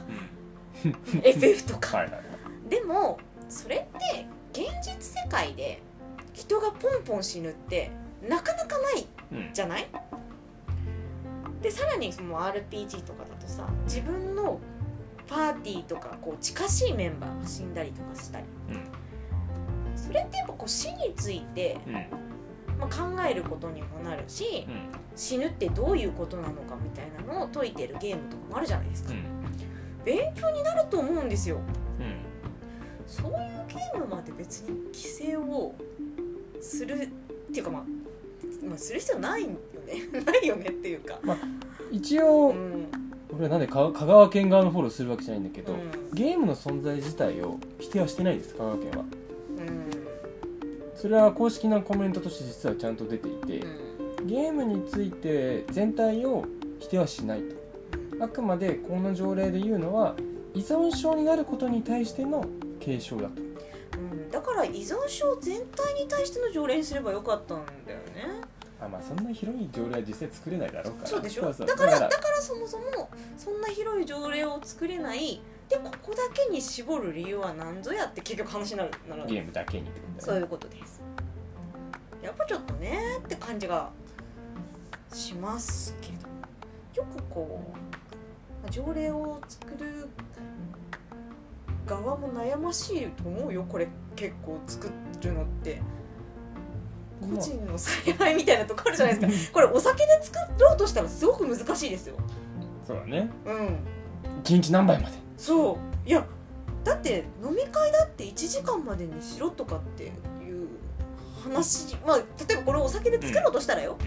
[SPEAKER 1] FF とか。
[SPEAKER 2] はいはい
[SPEAKER 1] でもそれって現実世界で人がポンポン死ぬってなかなかない
[SPEAKER 2] うん
[SPEAKER 1] じゃないでさらにその RPG とかだとさ自分のパーティーとかこう近しいメンバーが死んだりとかしたり、
[SPEAKER 2] うん
[SPEAKER 1] それってやっぱこう死について、
[SPEAKER 2] うん
[SPEAKER 1] まあ、考えることにもなるし
[SPEAKER 2] うん
[SPEAKER 1] 死ぬってどういうことなのかみたいなのを解いてるゲームとかもあるじゃないですか、
[SPEAKER 2] うん
[SPEAKER 1] 勉強になると思うんですよ
[SPEAKER 2] うん
[SPEAKER 1] そういうゲームまで別に規制をするっていうかまあまあ、する必要ないよね ないよねっていうか、
[SPEAKER 2] 一
[SPEAKER 1] う
[SPEAKER 2] 応、
[SPEAKER 1] ん
[SPEAKER 2] 俺はなんでか香川県側のフォローするわけじゃないんだけ
[SPEAKER 1] う
[SPEAKER 2] ど、
[SPEAKER 1] ん
[SPEAKER 2] ゲームの存在自体を否定はしてないです香川県は
[SPEAKER 1] うん
[SPEAKER 2] それは公式なコメントとして実はちゃんと出ていて、ゲームについて全体を否定はしないとあくまでこの条例で言うのは依存症になることに対しての警鐘だと
[SPEAKER 1] うんだから依存症全体に対しての条例にすればよかったんだよね
[SPEAKER 2] あまあそんな広い条例は実際作れないだろうから
[SPEAKER 1] そうでしょ
[SPEAKER 2] そう
[SPEAKER 1] だからだからそもそもそんな広い条例を作れないでここだけに絞る理由は何ぞやって結局話になるなら
[SPEAKER 2] ゲームだけにってこと
[SPEAKER 1] そ
[SPEAKER 2] だ
[SPEAKER 1] う
[SPEAKER 2] よ
[SPEAKER 1] い
[SPEAKER 2] ね
[SPEAKER 1] うことですやっぱちょっとねって感じがしますけどよくこう条例を作る側も悩ましいと思うよこれ結構作るのって個人の采配みたいなとこあるじゃないですかこれお酒で作ろうとしたらすごく難しいですよ
[SPEAKER 2] そうだね
[SPEAKER 1] うん
[SPEAKER 2] 1日何杯まで
[SPEAKER 1] そういやだって飲み会だって1時間までにしろとかっていう話まあ例えばこれをお酒で作ろうとしたらよ、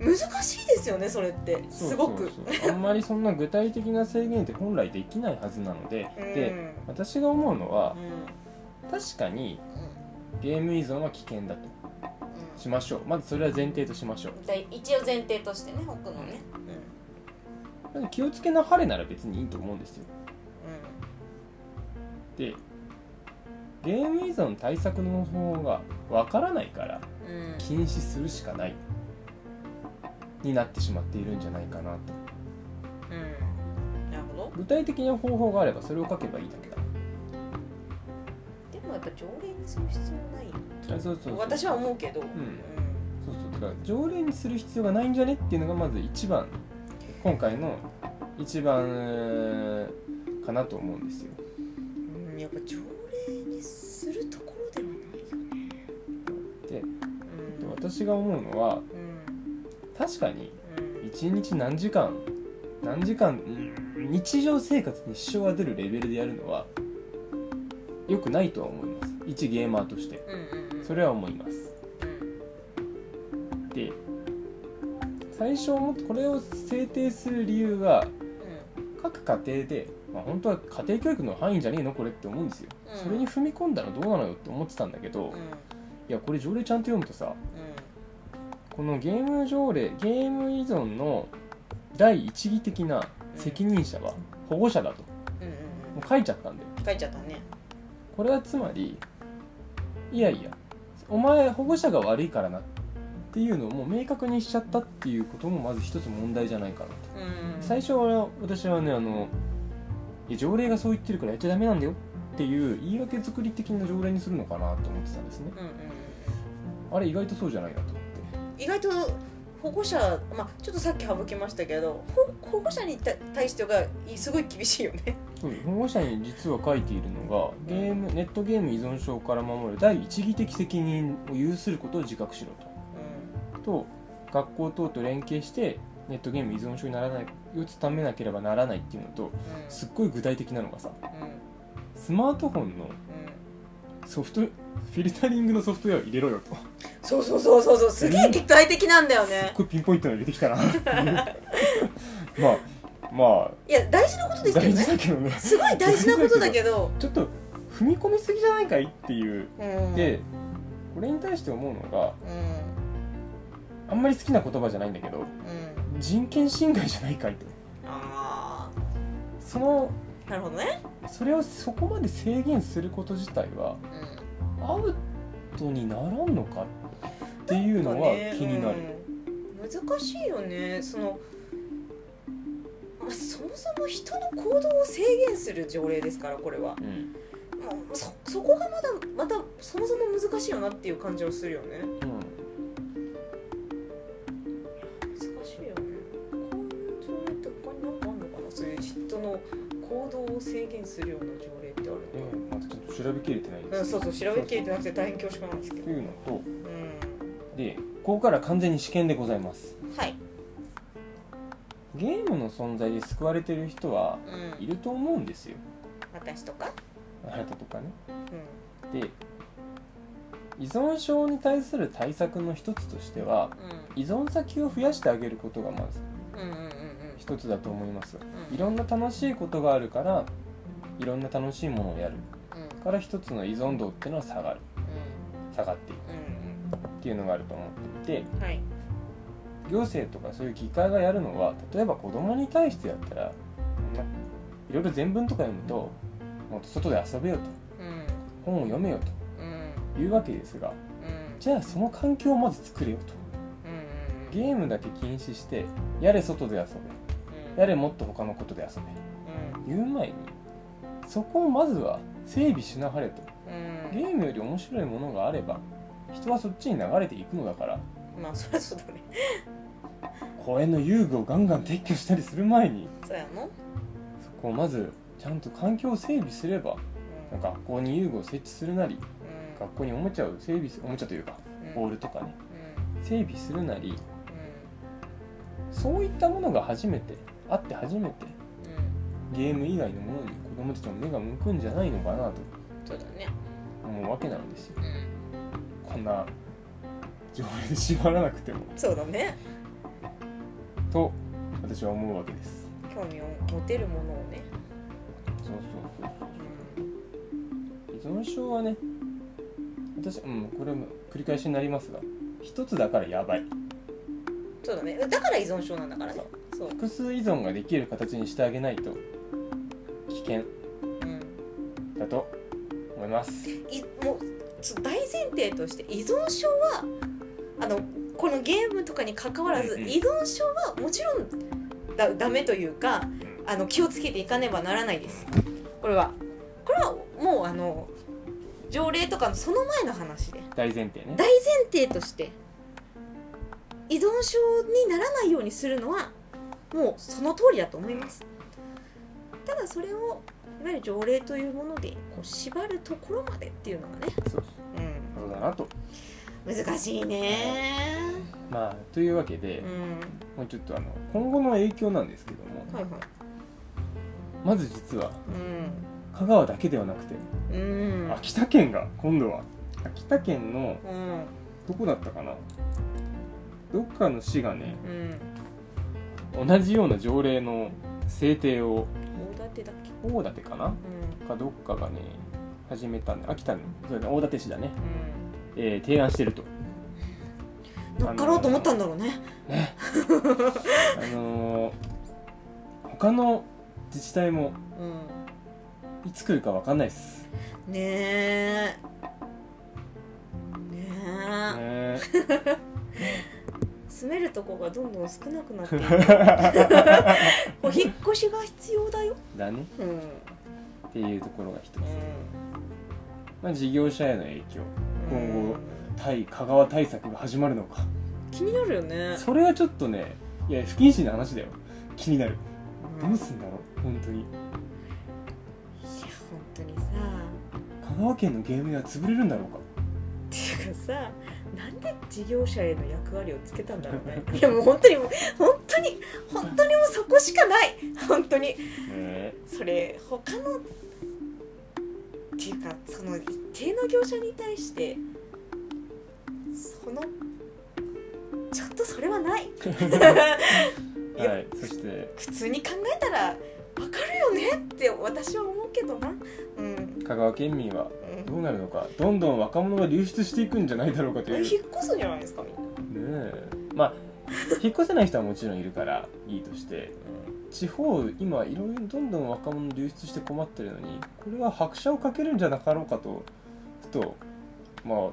[SPEAKER 1] 難しいですよねそれってすごく
[SPEAKER 2] そうそうそうあんまりそんな具体的な制限って本来できないはずなので、
[SPEAKER 1] うん
[SPEAKER 2] で私が思うのは
[SPEAKER 1] うんうん
[SPEAKER 2] 確かにゲーム依存は危険だとしましょうまずそれは前提としましょう
[SPEAKER 1] うんだい一応前提としてね奥のね
[SPEAKER 2] だって気をつけなはれなら別にいいと思うんですよでゲーム依存対策の方法がわからないから
[SPEAKER 1] うんうん、うん
[SPEAKER 2] 禁止するしかないになってしまっているんじゃないかなと
[SPEAKER 1] うんなるほど
[SPEAKER 2] 具体的な方法があればそれを書けばいいだけだ
[SPEAKER 1] でもやっぱ条例にする必要ない
[SPEAKER 2] あそうそうそう
[SPEAKER 1] 私は思うけど、うん
[SPEAKER 2] そうそうだから条例にする必要がないんじゃねっていうのがまず一番今回の一番えーかなと思うんですよ
[SPEAKER 1] うんやっぱ条例にするところではないよね
[SPEAKER 2] で
[SPEAKER 1] うん
[SPEAKER 2] 私が思うのは
[SPEAKER 1] うん
[SPEAKER 2] 確かに
[SPEAKER 1] うん
[SPEAKER 2] 一日何時間何時間うん日常生活に支障が出るレベルでやるのは良くないとは思います一ゲーマーとして
[SPEAKER 1] うんうん
[SPEAKER 2] それは思いますで最初もこれを制定する理由が
[SPEAKER 1] う
[SPEAKER 2] 各家庭で、まあ、本当は家庭教育の範囲じゃねえのこれって思うんですよ、
[SPEAKER 1] うん
[SPEAKER 2] それに踏み込んだらどうなのよって思ってたんだけど、
[SPEAKER 1] んうん
[SPEAKER 2] いやこれ条例ちゃんと読むとさこのゲーム条例ゲーム依存の第一義的な責任者は保護者だと
[SPEAKER 1] うんうん
[SPEAKER 2] もう書いちゃったんだよ
[SPEAKER 1] うん書いちゃったね
[SPEAKER 2] これはつまりいやいやお前保護者が悪いからなっていうのをもう明確にしちゃったっていうこともまず一つ問題じゃないかなと
[SPEAKER 1] うん
[SPEAKER 2] 最初は私はねあのいや条例がそう言ってるからやっちゃダメなんだよっていう言い訳作り的な条例にするのかなと思ってたんですね
[SPEAKER 1] うんうんうん
[SPEAKER 2] あれ意外とそうじゃないなと思って
[SPEAKER 1] 意外と保護者まあちょっとさっき省きましたけどほ保護者にた対してがいすごい厳しいよね
[SPEAKER 2] そう保護者に実は書いているのがゲームネットゲーム依存症から守る第一義的責任を有することを自覚しろとと学校等と連携してネットゲーム依存症にならないをつためなければならないっていうのと
[SPEAKER 1] うん
[SPEAKER 2] すっごい具体的なのがさ
[SPEAKER 1] うん
[SPEAKER 2] スマートフォンの
[SPEAKER 1] うん
[SPEAKER 2] ソフトフィルタリングのソフトウェアを入れろよと
[SPEAKER 1] そうそうそうそうそうすげえ具体的なんだよ
[SPEAKER 2] すっ
[SPEAKER 1] ね
[SPEAKER 2] ごいピンポイントの入れてきたな まあまあ
[SPEAKER 1] いや大事なことですよ
[SPEAKER 2] 大事
[SPEAKER 1] ね
[SPEAKER 2] だけどね
[SPEAKER 1] すごい大事なことだけど
[SPEAKER 2] ちょっと踏み込みすぎじゃないかいっていう
[SPEAKER 1] うん
[SPEAKER 2] でこれに対して思うのが
[SPEAKER 1] うん
[SPEAKER 2] あんまり好きな言葉じゃないんだけど
[SPEAKER 1] うん
[SPEAKER 2] 人権侵害じゃないかいと
[SPEAKER 1] あ
[SPEAKER 2] その
[SPEAKER 1] あなるほどね
[SPEAKER 2] それをそこまで制限すること自体は
[SPEAKER 1] うん
[SPEAKER 2] アウトにならんのかっていうのは気になる、
[SPEAKER 1] うん難しいよねその、まあ、そもそも人の行動を制限する条例ですからこれは
[SPEAKER 2] うん
[SPEAKER 1] まあそそこがまだまたそもそも難しいよなっていう感じはするよね難しいよねこういう条例って他に何かあるのかなそういう人の行動を制限するような条例ってあるの
[SPEAKER 2] う
[SPEAKER 1] か
[SPEAKER 2] んまたちょっと調べきれてないん
[SPEAKER 1] な、うん、
[SPEAKER 2] です
[SPEAKER 1] そうそう調べきれてなくて大変恐縮なんですけ
[SPEAKER 2] と
[SPEAKER 1] ど
[SPEAKER 2] いうのと
[SPEAKER 1] うん
[SPEAKER 2] でここから完全に試験でございます
[SPEAKER 1] はい
[SPEAKER 2] ゲームの存在で救われてる人は
[SPEAKER 1] う
[SPEAKER 2] い
[SPEAKER 1] ん
[SPEAKER 2] ると思うんですよ
[SPEAKER 1] 私とか
[SPEAKER 2] あなたとかね
[SPEAKER 1] うん
[SPEAKER 2] で依存症に対する対策の一つとしては依存先を増やしてあげることがまず
[SPEAKER 1] うんうんうんうん
[SPEAKER 2] 一つだと思います
[SPEAKER 1] うん
[SPEAKER 2] いろんな楽しいことがあるからいろんな楽しいものをやる
[SPEAKER 1] うん
[SPEAKER 2] から一つの依存度っていうのは下がる下がっていく
[SPEAKER 1] うん
[SPEAKER 2] っていうのがあると思っていて
[SPEAKER 1] うんはい
[SPEAKER 2] 行政とかそういう機会がやるのは例えば子供に対してやったらいろいろ全文とか読むともっと外で遊べよと
[SPEAKER 1] うん
[SPEAKER 2] 本を読めよ
[SPEAKER 1] うん
[SPEAKER 2] というわけですが
[SPEAKER 1] うん
[SPEAKER 2] じゃあその環境をまず作れよと
[SPEAKER 1] うん
[SPEAKER 2] ゲームだけ禁止してやれ外で遊べやれもっと他のことで遊べ言う前にそこをまずは整備しなはれと
[SPEAKER 1] うんう
[SPEAKER 2] ゲ
[SPEAKER 1] ん
[SPEAKER 2] ームより面白いものがあれば人はそっちに流れていくのだから
[SPEAKER 1] まあそりゃそうだね
[SPEAKER 2] 公園の遊具をガンガン撤去したりする前に
[SPEAKER 1] そうやの
[SPEAKER 2] そこをまずちゃんと環境を整備すれば
[SPEAKER 1] うん
[SPEAKER 2] 学校に遊具を設置するなり
[SPEAKER 1] うん
[SPEAKER 2] 学校におもちゃを整備すおもちゃというか
[SPEAKER 1] うん
[SPEAKER 2] ボールとかね
[SPEAKER 1] うん
[SPEAKER 2] 整備するなりそういったものが初めてあって初めて
[SPEAKER 1] うんうん
[SPEAKER 2] ゲーム以外のものに子供たちの目が向くんじゃないのかなと
[SPEAKER 1] そうだね
[SPEAKER 2] 思うわけなんですよ
[SPEAKER 1] うん
[SPEAKER 2] こんな条例で縛らなくても
[SPEAKER 1] そうだね
[SPEAKER 2] と私は思うわけです
[SPEAKER 1] 興味を持てるものをね
[SPEAKER 2] そうそうそう
[SPEAKER 1] うん
[SPEAKER 2] 依存症はね私うんこれも繰り返しになりますが一つだからやばい
[SPEAKER 1] そうだねだから依存症なんだからねそう
[SPEAKER 2] 複数依存ができる形にしてあげないと危険
[SPEAKER 1] うん
[SPEAKER 2] だと思います
[SPEAKER 1] いもうそう大前提として依存症はあのこのゲームとかに関わらず
[SPEAKER 2] うんうん
[SPEAKER 1] 依存症はもちろんだダメというかあの気をつけていかねばならないですこれはこれはもうあの条例とかのその前の話で
[SPEAKER 2] 大前提ね
[SPEAKER 1] 大前提として依存症にならないようにするのはもうその通りだと思いますただそれをいわゆる条例というものでこう縛るところまでっていうのがね、
[SPEAKER 2] そうそうだなと
[SPEAKER 1] うん、難しいね
[SPEAKER 2] まあというわけで、
[SPEAKER 1] うん
[SPEAKER 2] もうちょっとあの今後の影響なんですけども
[SPEAKER 1] はいはい
[SPEAKER 2] まず実は
[SPEAKER 1] うん
[SPEAKER 2] 香川だけではなくて
[SPEAKER 1] うん
[SPEAKER 2] 秋田県が今度は秋田県の
[SPEAKER 1] うん
[SPEAKER 2] どこだったかなどっかの市がね
[SPEAKER 1] うん
[SPEAKER 2] 同じような条例の制定を
[SPEAKER 1] 大館だっけ
[SPEAKER 2] 大館かな
[SPEAKER 1] う
[SPEAKER 2] かどっかがね始めたんで秋田のそうだね大館市だね、
[SPEAKER 1] んうん
[SPEAKER 2] えー提案してると
[SPEAKER 1] 乗っかろうと思ったんだろうね。
[SPEAKER 2] あのー他の自治体も
[SPEAKER 1] う
[SPEAKER 2] いつ来るかわかんないっす
[SPEAKER 1] ん。ねえ。ねえ。
[SPEAKER 2] ね
[SPEAKER 1] 住めるとこがどんどん少なくなっていく。
[SPEAKER 2] だ
[SPEAKER 1] お引っ越しが必要だよ。
[SPEAKER 2] ね
[SPEAKER 1] うん。うん。
[SPEAKER 2] っていうところが一つ、まあ、事業者への影響今後対香川対策が始まるのか
[SPEAKER 1] 気になるよね。
[SPEAKER 2] それはちょっとねいや不謹慎な話だよ気になる
[SPEAKER 1] う
[SPEAKER 2] ど
[SPEAKER 1] ん
[SPEAKER 2] う
[SPEAKER 1] いや
[SPEAKER 2] すんだろう本当
[SPEAKER 1] 本
[SPEAKER 2] に
[SPEAKER 1] 当にさ。
[SPEAKER 2] 香川県のゲーム屋は潰れるんだろう
[SPEAKER 1] っ
[SPEAKER 2] か
[SPEAKER 1] ていうかさ、なんで事業者への役割をつけたんだろうね。 いやもう本当にもう本当に本当にもうそこしかない。本当に。
[SPEAKER 2] ね
[SPEAKER 1] それ他のっていうかその一定の業者に対してそのちょっとそれはない いや
[SPEAKER 2] はいそして
[SPEAKER 1] 普通に考えたら分かるよねって私は思うけどなうん、うん、
[SPEAKER 2] 香川県民はどうなるのかどんどん若者が流出していくんじゃないだろうかと
[SPEAKER 1] 引
[SPEAKER 2] い
[SPEAKER 1] っ
[SPEAKER 2] うね
[SPEAKER 1] 越すんじゃないですかみんな
[SPEAKER 2] えまあ 引っ越せない人はもちろんいるからいいとして地方今いろいろどんどん若者流出して困ってるのにこれは拍車をかけるんじゃなかろうかとふとまあ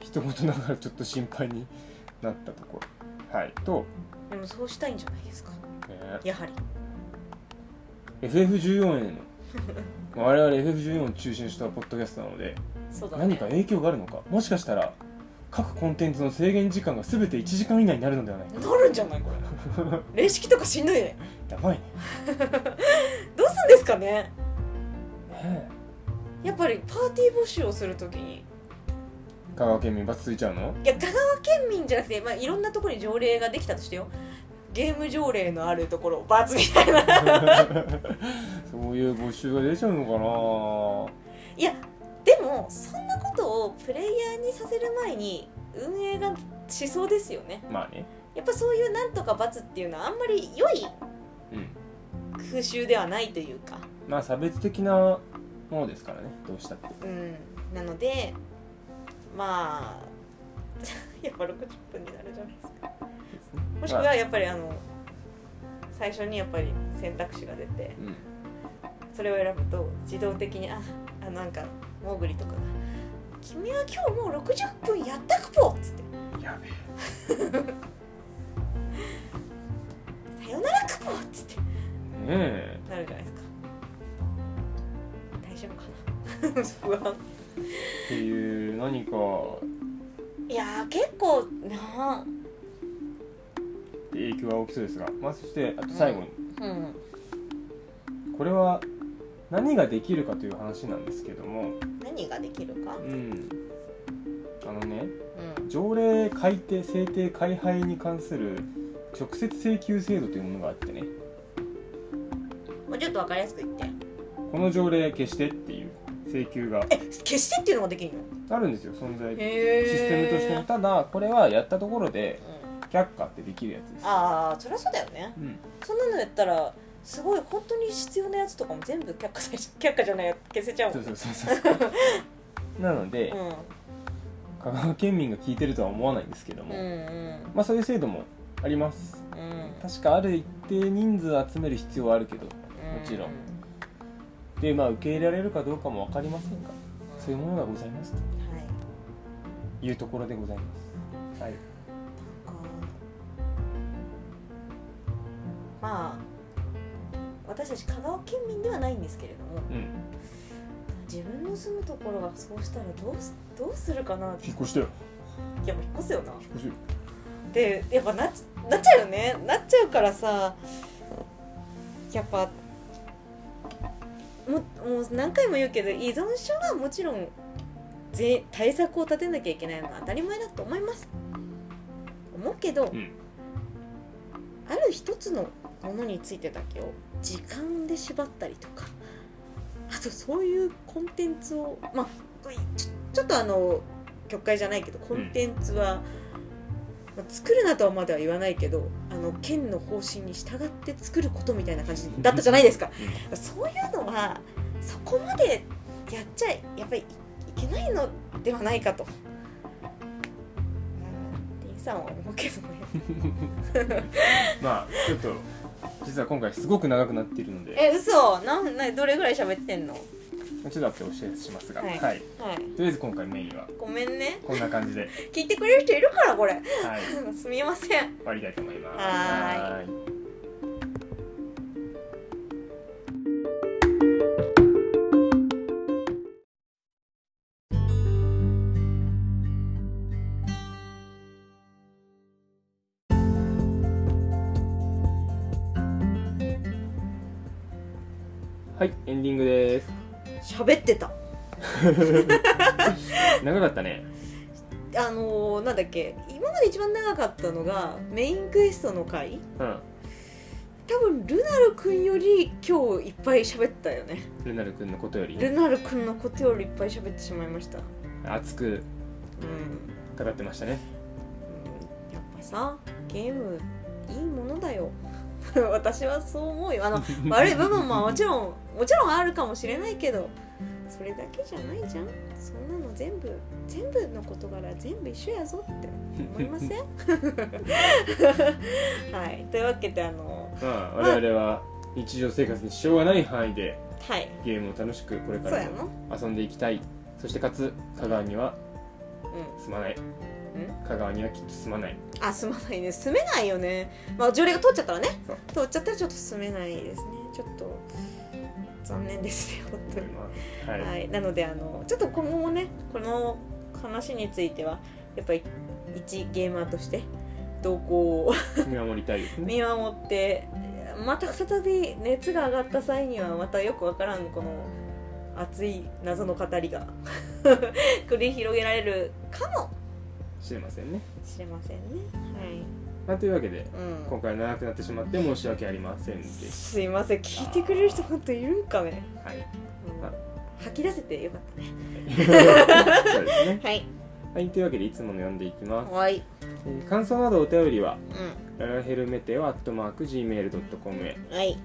[SPEAKER 2] 一言ながらちょっと心配になったところはいと、
[SPEAKER 1] でもそうしたいんじゃないですか
[SPEAKER 2] え
[SPEAKER 1] やはり
[SPEAKER 2] ー FF14 へのまあ我々 FF14 を中心としたポッドキャストなので
[SPEAKER 1] そうだね
[SPEAKER 2] 何か影響があるのかもしかしたら各コンテンツの制限時間が全て1時間以内になるのではないか
[SPEAKER 1] なるんじゃないこれレシキとかしんどいね
[SPEAKER 2] やばいね
[SPEAKER 1] どうすんですかね
[SPEAKER 2] ね
[SPEAKER 1] やっぱりパーティー募集をするときに
[SPEAKER 2] え香川県民バツついちゃうの
[SPEAKER 1] いや香川県民じゃなくて、まあ、いろんなところに条例ができたとしてよゲーム条例のあるところをバツみたいな
[SPEAKER 2] そういう募集が出ちゃうのか
[SPEAKER 1] いやでもそんなことをプレイヤーにさせる前に運営がしそうですよね
[SPEAKER 2] まあね
[SPEAKER 1] やっぱそういうなんとか罰っていうのはあんまり良い
[SPEAKER 2] うん
[SPEAKER 1] 風習ではないというか
[SPEAKER 2] まあ差別的なものですからねどうしたって
[SPEAKER 1] うんなのでまあ やっぱ60分になるじゃないですかもしく
[SPEAKER 2] ま
[SPEAKER 1] は
[SPEAKER 2] あ
[SPEAKER 1] やっぱりあの最初にやっぱり選択肢が出て
[SPEAKER 2] うん
[SPEAKER 1] それを選ぶと自動的にああなんかモーグリとかが「君は今日もう60分やったくぽ!」っつって
[SPEAKER 2] やべえ
[SPEAKER 1] 「さよならくぽ!」っつって
[SPEAKER 2] ねえ
[SPEAKER 1] なるじゃないですか大丈夫かな不安
[SPEAKER 2] っていう何か
[SPEAKER 1] いやー結構な
[SPEAKER 2] 影響が大きそうですが、まあ、そしてあと最後に、
[SPEAKER 1] うん
[SPEAKER 2] これは何ができるかという話なんですけども、
[SPEAKER 1] 何ができるか
[SPEAKER 2] うん、あのね
[SPEAKER 1] うん
[SPEAKER 2] 条例改定制定改廃に関する直接請求制度というものがあってね
[SPEAKER 1] もうちょっと分かりやすく言って
[SPEAKER 2] この条例消してっていう請求が
[SPEAKER 1] え消してっていうのができるの
[SPEAKER 2] あるんですよ存在
[SPEAKER 1] へ
[SPEAKER 2] システムとしてねただこれはやったところで却下ってできるやつです、
[SPEAKER 1] ああそりゃそうだよね
[SPEAKER 2] うん、
[SPEAKER 1] そんなのやったらすごい本当に必要なやつとかも全部却下されちゃう却下じゃないや消せちゃう
[SPEAKER 2] そ
[SPEAKER 1] も
[SPEAKER 2] うんそうそうそう なので、
[SPEAKER 1] うん
[SPEAKER 2] 香川県民が聞いてるとは思わないんですけど
[SPEAKER 1] う
[SPEAKER 2] も、
[SPEAKER 1] んうん
[SPEAKER 2] まあそういう制度もあります
[SPEAKER 1] うん
[SPEAKER 2] 確かある一定人数集める必要はあるけどもちろんでまあ受け入れられるかどうかも分かりませんがそういうものがございますと
[SPEAKER 1] はい
[SPEAKER 2] いうところでございますはい
[SPEAKER 1] なんかまあ私たち香川県民ではないんですけれども
[SPEAKER 2] うん
[SPEAKER 1] 自分の住むところがそうしたらどうすどうするかなってい
[SPEAKER 2] 引っ越してよ
[SPEAKER 1] やもう引っ越すよな
[SPEAKER 2] 引っ越しよ
[SPEAKER 1] でやっぱなっちなっちゃうよねなっちゃうからさやっぱももう何回も言うけど依存症はもちろんぜ対策を立てなきゃいけないのは当たり前だと思います思うけど、
[SPEAKER 2] うん
[SPEAKER 1] ある一つのものについてだけを時間で縛ったりとかあとそういうコンテンツをまあちょちょっとあの曲解じゃないけどコンテンツは、まあ作るなとはまでは言わないけどあの県の方針に従って作ることみたいな感じだったじゃないですかそういうのはそこまでやっちゃやっぱりいいけないのではないかと。うんリンさんは思うけどね。
[SPEAKER 2] まあちょっと実は今回すごく長くなっているので
[SPEAKER 1] え嘘なんなどれぐらい喋ってんの
[SPEAKER 2] ちょっとだけお知らせしますが、
[SPEAKER 1] はい
[SPEAKER 2] はい、
[SPEAKER 1] はい
[SPEAKER 2] とりあえず今回メインは
[SPEAKER 1] ごめんね
[SPEAKER 2] こんな 感じで、
[SPEAKER 1] 聞いてくれる人いるからこれ
[SPEAKER 2] はい、
[SPEAKER 1] すみません
[SPEAKER 2] 終わりたいと思います。
[SPEAKER 1] は
[SPEAKER 2] はーいはい、エンディングです。
[SPEAKER 1] 喋ってた
[SPEAKER 2] 長かったね。
[SPEAKER 1] あのー、なんだっけ今まで一番長かったのがメインクエストの回
[SPEAKER 2] うん。
[SPEAKER 1] 多分ルナルくんより今日いっぱい喋ったよね
[SPEAKER 2] ルナル君のことより
[SPEAKER 1] ルナルくんのことよりいっぱい喋ってしまいましたうん
[SPEAKER 2] 熱く
[SPEAKER 1] うん
[SPEAKER 2] 語ってましたね。
[SPEAKER 1] やっぱさゲームいいものだよ 私はそう思うよあ の悪い部分ももちろんもちろんあるかもしれないけどそれだけじゃないじゃんそんなの全部全部の事柄全部一緒やぞって思いま せんはいというわけであの
[SPEAKER 2] まあ、我々は日常生活に支障がない範囲で
[SPEAKER 1] はい
[SPEAKER 2] ゲームを楽しくこれ
[SPEAKER 1] そ
[SPEAKER 2] か
[SPEAKER 1] う
[SPEAKER 2] ら
[SPEAKER 1] や
[SPEAKER 2] も
[SPEAKER 1] の
[SPEAKER 2] 遊んでいきたいそしてかつ香川には
[SPEAKER 1] う
[SPEAKER 2] 住まない
[SPEAKER 1] ん
[SPEAKER 2] 香川にはきっと住まない
[SPEAKER 1] あ住まないね住めないよねまあ条例が通っちゃったらね
[SPEAKER 2] そう
[SPEAKER 1] 通っちゃったらちょっと住めないですねちょっと残念ですね本
[SPEAKER 2] と
[SPEAKER 1] 当
[SPEAKER 2] 思い
[SPEAKER 1] に
[SPEAKER 2] ますはい、
[SPEAKER 1] はい、なのであのちょっと今後もねこの話についてはやっぱり一ゲーマーとして動 向を
[SPEAKER 2] 見守りたいですね
[SPEAKER 1] 見守ってまた再び熱が上がった際にはまたよくわからんこの熱い謎の語り が繰り広げられるかも
[SPEAKER 2] 知れませんね、
[SPEAKER 1] しれませんね。
[SPEAKER 2] まあ、というわけで
[SPEAKER 1] はい、う
[SPEAKER 2] 今
[SPEAKER 1] ん
[SPEAKER 2] 回長くなってしまって申し訳ありませんです
[SPEAKER 1] いません聞いてくれる人本当いるんかね、
[SPEAKER 2] はい、
[SPEAKER 1] うん
[SPEAKER 2] あ
[SPEAKER 1] 吐き出せてよかったね
[SPEAKER 2] そうですね
[SPEAKER 1] はい
[SPEAKER 2] はいというわけでいつもの読んでいきます、
[SPEAKER 1] はい
[SPEAKER 2] えー感想などお便りは
[SPEAKER 1] う
[SPEAKER 2] ララヘルメテオアットマーク Gmail.com へ
[SPEAKER 1] んはい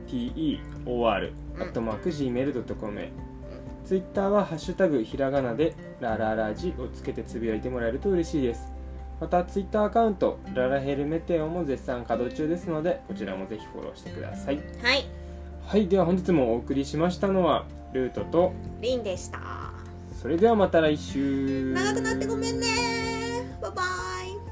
[SPEAKER 2] LALAHELLMETEOR アットマーク Gmail.com へ
[SPEAKER 1] う
[SPEAKER 2] ツイッターはハッシュタグひらがなでラララジをつけてつぶやいてもらえると嬉しいですまたツイッターアカウントララヘルメテオも絶賛稼働中ですのでこちらもぜひフォローしてください
[SPEAKER 1] はい
[SPEAKER 2] はいでは本日もお送りしましたのはルートと
[SPEAKER 1] リンでした
[SPEAKER 2] それではまた来週
[SPEAKER 1] 長くなってごめんねバイバイ